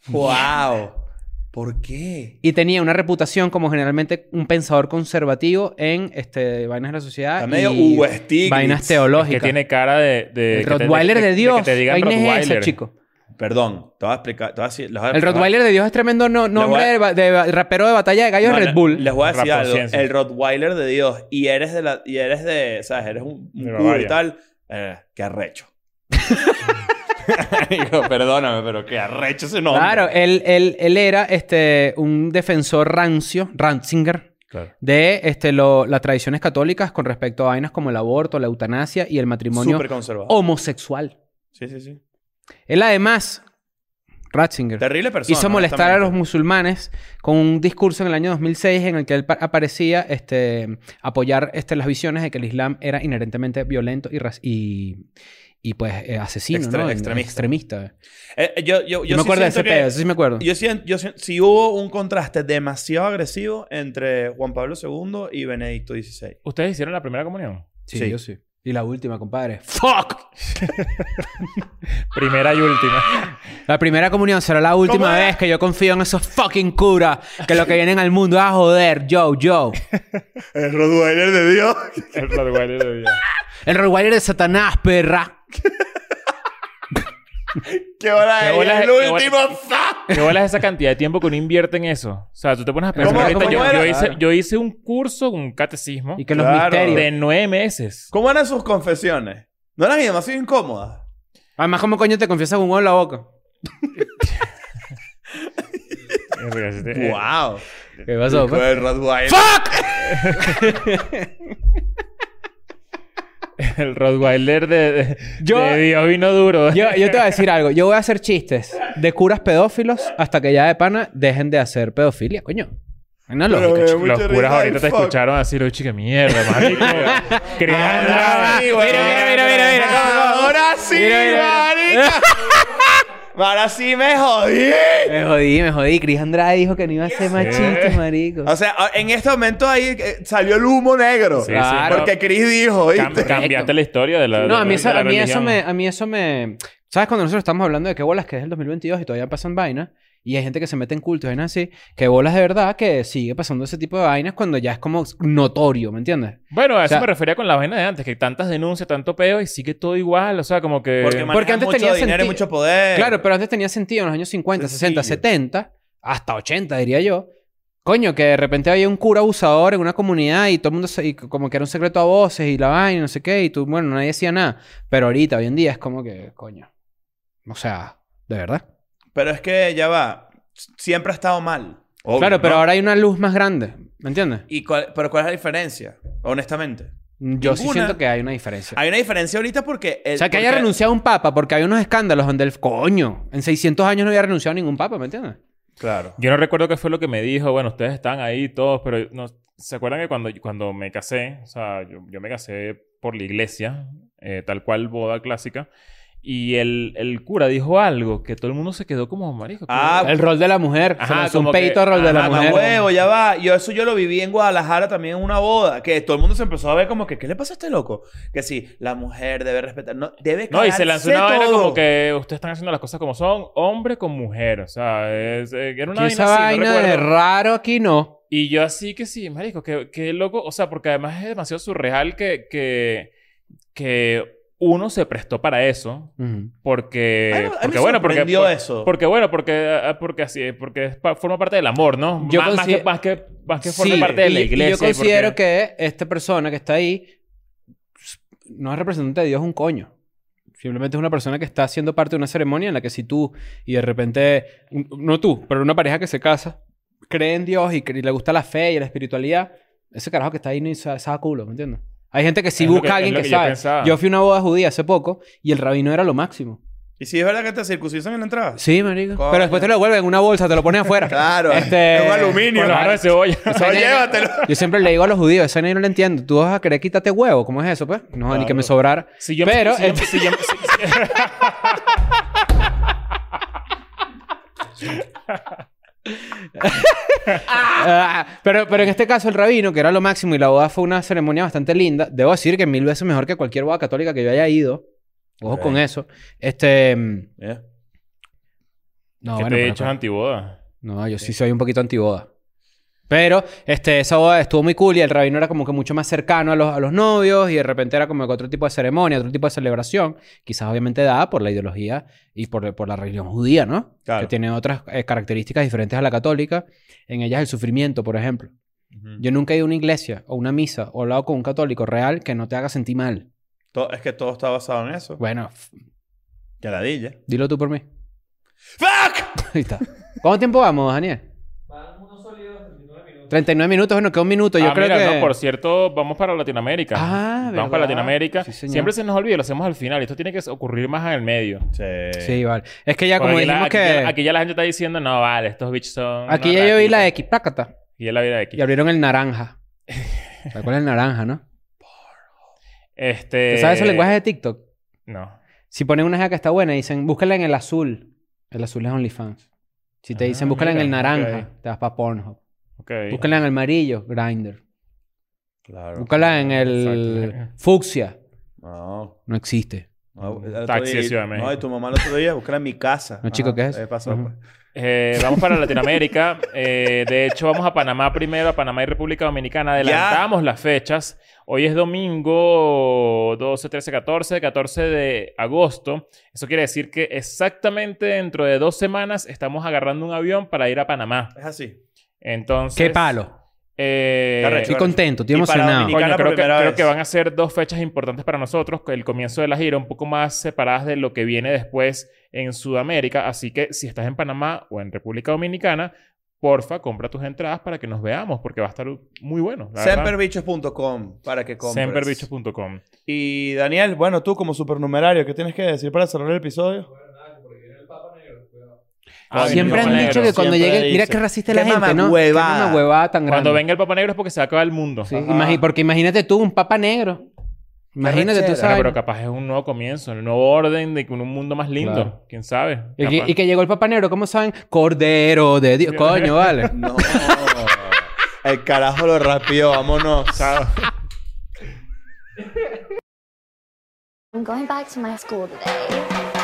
Speaker 1: Wow. ¿Por qué?
Speaker 3: Y tenía una reputación como generalmente un pensador conservativo en este, vainas de la sociedad.
Speaker 1: Está medio
Speaker 3: y
Speaker 1: Hugo Stiglitz.
Speaker 3: Vainas
Speaker 2: Que
Speaker 3: teológicas.
Speaker 2: tiene cara de... de
Speaker 3: el
Speaker 2: que te-
Speaker 3: Rottweiler de
Speaker 2: que
Speaker 3: Dios.
Speaker 2: te digan
Speaker 3: Vaina es esa,
Speaker 2: Rottweiler. Ah,
Speaker 3: chico.
Speaker 1: Perdón, te voy a explicar. te voy a decir- les voy a-
Speaker 3: El Rottweiler de Dios es tremendo no- nombre
Speaker 1: Le
Speaker 3: de, ba- de ba- rapero de batalla de gallos
Speaker 1: No,
Speaker 3: Red
Speaker 1: le-
Speaker 3: Bull.
Speaker 1: Les voy a decir
Speaker 2: Rap
Speaker 1: algo.
Speaker 2: conciencia.
Speaker 1: El Rottweiler de Dios. Y eres de la. Y eres de. ¿Sabes? Eres un, un
Speaker 2: De
Speaker 1: culo
Speaker 2: Bavaria.
Speaker 1: y tal. Eh, qué arrecho. <laughs> Digo, perdóname, pero qué arrecho ese nombre.
Speaker 3: claro, él, él, él era este, un defensor rancio, Ranzinger,
Speaker 2: Claro.
Speaker 3: de este, lo- las tradiciones católicas con respecto a vainas como el aborto, la eutanasia y el matrimonio Oh.
Speaker 1: Súper conservador.
Speaker 3: homosexual.
Speaker 1: Sí, sí, sí.
Speaker 3: Él además, Ratzinger,
Speaker 1: Terrible persona.
Speaker 3: hizo molestar a los
Speaker 1: honestamente.
Speaker 3: musulmanes con un discurso en el año 2006 en el que él pa- aparecía este, apoyar este, las visiones de que el Islam era inherentemente violento y, raci- y, y pues eh, asesino,
Speaker 1: Extre-
Speaker 3: ¿no?
Speaker 1: extremista.
Speaker 3: Extremista.
Speaker 1: Eh, yo, yo, yo
Speaker 3: Yo me
Speaker 1: sí
Speaker 3: acuerdo de ese
Speaker 1: siento que-
Speaker 3: pedo, eso sí me acuerdo.
Speaker 1: Yo siento, yo siento- si hubo un contraste demasiado agresivo entre Juan Pablo II y Benedicto XVI.
Speaker 2: ¿Ustedes hicieron la primera comunión?
Speaker 3: sí,
Speaker 1: sí.
Speaker 3: yo sí. Y la última, compadre.
Speaker 2: ¡Fuck! primera y
Speaker 3: <laughs>
Speaker 2: última.
Speaker 3: La primera comunión será la última
Speaker 1: era?
Speaker 3: vez que yo confío en esos fucking curas que lo que vienen al mundo a joder, yo, yo.
Speaker 1: El Rottweiler de Dios.
Speaker 2: <laughs> El Rottweiler de Dios.
Speaker 3: El Rottweiler de Satanás, perra.
Speaker 1: <laughs> ¿Qué hora
Speaker 2: Qué
Speaker 1: es?
Speaker 2: bola-
Speaker 1: el
Speaker 2: qué
Speaker 1: último. ¡Fa!
Speaker 2: ¿Qué bola es esa cantidad de tiempo que uno invierte en eso? O sea, tú te pones a pensar.
Speaker 1: ¿Cómo-
Speaker 2: ahorita,
Speaker 1: cómo
Speaker 2: yo,
Speaker 1: era?
Speaker 2: yo hice,
Speaker 3: Claro.
Speaker 2: yo hice un curso, un catecismo,
Speaker 3: Y que los
Speaker 1: Claro.
Speaker 3: misterios.
Speaker 2: de nueve meses.
Speaker 1: ¿Cómo eran sus confesiones? ¿No eran demasiado incómodas?
Speaker 3: Además, ¿cómo coño te confiesas con un huevo en la boca?
Speaker 2: Eh, <laughs>
Speaker 1: ¡Wow!
Speaker 3: ¿Qué pasó? pues?
Speaker 1: Con el Rottweiler.
Speaker 2: El Rottweiler de, de-
Speaker 3: Yo-
Speaker 2: de Dios vino duro.
Speaker 3: Yo, yo te voy a decir algo. Yo voy a hacer chistes de curas pedófilos hasta que ya de pana dejen de hacer pedofilia, coño. Una
Speaker 1: Pero,
Speaker 3: lógica,
Speaker 1: eh,
Speaker 3: chico.
Speaker 2: Los
Speaker 1: Mucha
Speaker 2: curas
Speaker 1: risa
Speaker 2: ahorita
Speaker 1: y
Speaker 2: te
Speaker 1: fuck.
Speaker 2: escucharon así, lo chica mierda, <laughs> marico. Creando-
Speaker 1: Ahora sí, güey.
Speaker 3: Mira, mira, mira, mira, mira.
Speaker 1: Ahora sí,
Speaker 3: Mira, mira, mira.
Speaker 1: marica. Ahora sí me jodí.
Speaker 3: Me jodí, me jodí. Chris Andrade dijo que no iba a ser más chistes, marico.
Speaker 2: Ah,
Speaker 1: O sea, a- en este momento ahí eh, salió el humo negro.
Speaker 2: Sí, sí,
Speaker 3: Claro.
Speaker 1: Porque Chris dijo,
Speaker 2: Cam-
Speaker 1: ¿viste?
Speaker 2: cambiaste la historia de la
Speaker 3: No, a mí,
Speaker 2: de
Speaker 3: eso,
Speaker 2: la
Speaker 3: a mí eso
Speaker 2: religión.
Speaker 3: me, a mí eso me... ¿Sabes? Cuando nosotros estamos hablando de qué bolas que es el 2022 y todavía pasan vainas, y hay gente que se mete en cultos y vainas así, que bolas de verdad que sigue pasando ese tipo de vainas cuando ya es como notorio, ¿me entiendes?
Speaker 2: Bueno, a eso
Speaker 3: O sea-
Speaker 2: me refería con la vaina de antes, que tantas denuncias, tanto peo y sigue todo igual. O sea, como que.
Speaker 1: Porque, manejan
Speaker 3: antes
Speaker 1: mucho
Speaker 3: tenía
Speaker 1: dinero y
Speaker 3: sentido.
Speaker 1: mucho poder.
Speaker 3: Claro, pero antes tenía sentido en los años 50, 60,
Speaker 1: Sencillo.
Speaker 3: 70, hasta 80 diría yo. Coño, que de repente había un cura abusador en una comunidad y todo el mundo se- y como que era un secreto a voces y la vaina, no sé qué, y tú, bueno, nadie decía nada. Pero ahorita, hoy en día, es como que, coño. O sea, de verdad.
Speaker 1: Pero es que ya va. s- Siempre ha estado mal. Obvio,
Speaker 3: claro, pero
Speaker 1: ¿no?
Speaker 3: ahora hay una luz más grande, ¿me entiendes?
Speaker 1: ¿Y cuál- pero ¿cuál es la diferencia? Honestamente.
Speaker 3: Yo sí
Speaker 1: Ninguna.
Speaker 3: siento que hay una diferencia.
Speaker 1: Hay una diferencia ahorita porque... el-
Speaker 3: o sea, que haya
Speaker 1: porque-
Speaker 3: renunciado un papa porque hay unos escándalos donde el coño, en 600 años no había renunciado ningún papa, ¿me entiendes?
Speaker 1: Claro.
Speaker 2: Yo no recuerdo qué fue lo que me dijo. Bueno, ustedes están ahí todos, pero no, ¿se acuerdan que cuando, cuando me casé? O sea, yo, yo me casé por la iglesia, eh, tal cual boda clásica. Y el, el cura dijo algo que todo el mundo se quedó como marico. ¿qué-
Speaker 1: Ah,
Speaker 3: El rol de la mujer,
Speaker 2: Ajá,
Speaker 3: se lanzó un
Speaker 2: como que-
Speaker 3: peito al rol de la
Speaker 2: ajá,
Speaker 1: Mamá
Speaker 3: mujer.
Speaker 1: huevo, ya va. Yo eso yo lo viví en Guadalajara también en una boda. Que todo el mundo se empezó a ver como que, ¿qué le pasa a este loco? Que sí, la mujer debe respetar. No, debe
Speaker 2: No, y se lanzó una
Speaker 1: cagarse
Speaker 2: vaina
Speaker 1: todo.
Speaker 2: como que ustedes están haciendo las cosas como son, hombre con mujer. O sea, es- eh, era una
Speaker 3: Que
Speaker 2: vaina
Speaker 3: esa
Speaker 2: así, no
Speaker 3: vaina de
Speaker 2: recuerdo.
Speaker 3: raro aquí no.
Speaker 2: Y yo así que sí, marico, que, que loco. O sea, porque además es demasiado surreal que, que, que uno se prestó para eso. Porque,
Speaker 1: Ay, no, a mí
Speaker 2: eh, porque
Speaker 1: me
Speaker 2: bueno, porque,
Speaker 1: sorprendió
Speaker 2: por-
Speaker 1: eso.
Speaker 2: porque bueno, porque, ah, porque así, es, porque es pa- forma parte del amor, ¿no?
Speaker 3: Yo
Speaker 2: más, más
Speaker 3: consider-
Speaker 2: que, más que, más que forma
Speaker 3: Sí,
Speaker 2: parte de la
Speaker 3: y- y
Speaker 2: iglesia.
Speaker 3: yo considero
Speaker 2: porque-
Speaker 3: que esta persona que está ahí no es representante de Dios un coño. Simplemente es una persona que está haciendo parte de una ceremonia en la que si tú y de repente, un- no tú, pero una pareja que se casa, cree en Dios y, cre- y le gusta la fe y la espiritualidad, ese carajo que está ahí no sa- sabe culo, ¿me entiendes? Hay gente que sí
Speaker 2: Es lo
Speaker 3: busca
Speaker 2: que-
Speaker 3: a alguien
Speaker 2: es lo
Speaker 3: que,
Speaker 2: que yo
Speaker 3: sabe.
Speaker 2: pensaba.
Speaker 3: yo fui a una boda judía hace poco y el rabino era lo máximo.
Speaker 1: ¿Y si es verdad que te circuncisan en la entrada?
Speaker 3: Sí, marico.
Speaker 1: Coño.
Speaker 3: Pero después te lo devuelven en una bolsa, te lo pones
Speaker 1: <laughs>
Speaker 3: afuera.
Speaker 1: Claro.
Speaker 3: Este-
Speaker 1: Es un aluminio.
Speaker 2: Con la mano de cebolla.
Speaker 1: Eso llévatelo.
Speaker 3: Yo siempre le digo a los judíos, esa no lo entiendo. Tú vas a querer quitarte huevo. ¿Cómo es eso, pues? No, ni que me sobrara.
Speaker 2: <laughs> Si yo,
Speaker 3: Pero,
Speaker 2: si yo-
Speaker 3: este-
Speaker 2: si yo-
Speaker 3: <laughs>
Speaker 2: si- si-
Speaker 3: Ah, pero, pero en este caso, el rabino, que era lo máximo, y la boda fue una ceremonia bastante linda. Debo decir que mil veces mejor que cualquier boda católica que yo haya ido. Ojo
Speaker 1: Ok.
Speaker 3: con eso. Este... mm,
Speaker 1: Yeah.
Speaker 3: No,
Speaker 2: que
Speaker 3: bueno,
Speaker 2: te he
Speaker 3: pero-
Speaker 2: dicho es antiboda.
Speaker 3: No, yo sí soy un poquito antiboda. Pero este, esa boda estuvo muy cool y el rabino era como que mucho más cercano a los, a los novios y de repente era como que otro tipo de ceremonia, otro tipo de celebración, quizás obviamente dada por la ideología y por, por la religión judía, ¿no?
Speaker 1: Claro.
Speaker 3: Que tiene otras eh, características diferentes a la católica. En ellas el sufrimiento, por ejemplo.
Speaker 1: Ujú.
Speaker 3: Yo nunca he ido a una iglesia o una misa o hablado con un católico real que no te haga sentir mal.
Speaker 1: To- Es que todo está basado en eso.
Speaker 3: Bueno, f-
Speaker 1: Que la
Speaker 3: dilo tú por mí.
Speaker 1: ¡Fuck!
Speaker 3: <laughs> Ahí está. ¿Cuánto tiempo vamos, Daniel? Van unos sólidos 39 minutos. 39 minutos, bueno, queda un minuto. Yo
Speaker 2: Ah,
Speaker 3: creo
Speaker 2: mira,
Speaker 3: que...
Speaker 2: no, por cierto, vamos para Latinoamérica.
Speaker 3: Ah,
Speaker 2: vamos
Speaker 3: ¿verdad?
Speaker 2: para Latinoamérica.
Speaker 3: Sí, señor.
Speaker 2: Siempre se nos olvida, lo hacemos al final. Esto tiene que ocurrir más en el medio.
Speaker 1: Sí.
Speaker 3: Sí, vale. Es que ya
Speaker 2: Porque
Speaker 3: como
Speaker 2: Pues aquí la-
Speaker 3: dijimos
Speaker 2: aquí
Speaker 3: que...
Speaker 2: ya- aquí ya la gente está diciendo, no, vale, estos bichos son.
Speaker 3: Aquí
Speaker 2: una
Speaker 3: ya yo vi la
Speaker 2: ratita".
Speaker 3: X, plácata.
Speaker 2: Y ya la vi la X.
Speaker 3: Y abrieron el naranja. ¿Sabes cuál es el naranja, no?
Speaker 2: Este. Eh,
Speaker 3: ¿Te ¿Sabes el lenguaje de TikTok?
Speaker 2: No.
Speaker 3: Si ponen una jaca que está buena, dicen, búscala en el azul. El azul es OnlyFans. Si te
Speaker 2: Ah,
Speaker 3: dicen, búscala en
Speaker 2: mira,
Speaker 3: el naranja,
Speaker 2: ok.
Speaker 3: te vas para Pornhub.
Speaker 2: Ok.
Speaker 3: Búscala en el amarillo, Grindr.
Speaker 1: Claro.
Speaker 3: Búscala en el
Speaker 2: Exacto.
Speaker 3: fucsia.
Speaker 1: No.
Speaker 3: No existe.
Speaker 1: no, el
Speaker 2: Un
Speaker 1: otro
Speaker 2: taxi de
Speaker 1: día-
Speaker 2: Ciudad de México.
Speaker 1: No, y tu mamá el otro día, búscala en mi casa.
Speaker 3: No, chico,
Speaker 1: Ajá,
Speaker 3: ¿qué es?
Speaker 1: eh, pasó,
Speaker 3: Ajá.
Speaker 1: pues.
Speaker 2: Eh, vamos para Latinoamérica. Eh, de hecho, vamos a Panamá primero, a Panamá y República Dominicana. Adelantamos las fechas. Hoy es domingo 12, 13, 14, 14 de agosto. Eso quiere decir que exactamente dentro de dos semanas estamos agarrando un avión para ir a Panamá.
Speaker 1: Es así.
Speaker 2: Entonces.
Speaker 3: ¡Qué palo!
Speaker 2: eh,
Speaker 1: Está recho.
Speaker 3: Estoy contento, estoy
Speaker 1: Y para
Speaker 3: emocionado.
Speaker 1: Dominicana-
Speaker 2: Coño,
Speaker 1: por
Speaker 2: creo, que,
Speaker 1: primera
Speaker 2: creo
Speaker 1: vez.
Speaker 2: que van a ser dos fechas importantes para nosotros, el comienzo de la gira, un poco más separadas de lo que viene después en Sudamérica. Así que si estás en Panamá o en República Dominicana, porfa, compra tus entradas para que nos veamos, porque va a estar muy bueno. la verdad.
Speaker 1: Semperbichos.com para que compres.
Speaker 2: Semperbichos.com.
Speaker 1: Y Daniel, bueno, tú como supernumerario, ¿qué tienes que decir para cerrar el episodio?
Speaker 2: Ah,
Speaker 3: Siempre han
Speaker 2: Papa
Speaker 3: dicho
Speaker 2: Negro.
Speaker 3: que cuando
Speaker 1: Siempre
Speaker 3: llegue... Mira
Speaker 1: dicen,
Speaker 3: qué racista la
Speaker 1: "Qué
Speaker 3: gente, ¿no? Qué
Speaker 1: mamahuevada".
Speaker 3: una huevada tan grande.
Speaker 2: Cuando venga el Papa Negro es porque se va a acabar el mundo.
Speaker 3: Sí,
Speaker 1: Ajá.
Speaker 3: imagi- porque imagínate tú, un papa negro. Imagínate tú,
Speaker 1: rechera.
Speaker 2: Bueno,
Speaker 3: ¿sabes?
Speaker 2: pero capaz es un nuevo comienzo, un nuevo orden de un mundo más lindo.
Speaker 3: Claro.
Speaker 2: ¿Quién sabe?
Speaker 3: Y que,
Speaker 2: Capaz.
Speaker 3: y que llegó el papa negro, ¿cómo saben? Cordero
Speaker 2: <laughs>
Speaker 3: de Dios. Coño, vale.
Speaker 1: No. <laughs> el carajo lo rapió, vámonos.
Speaker 2: Chao.
Speaker 4: I'm going back to my school today.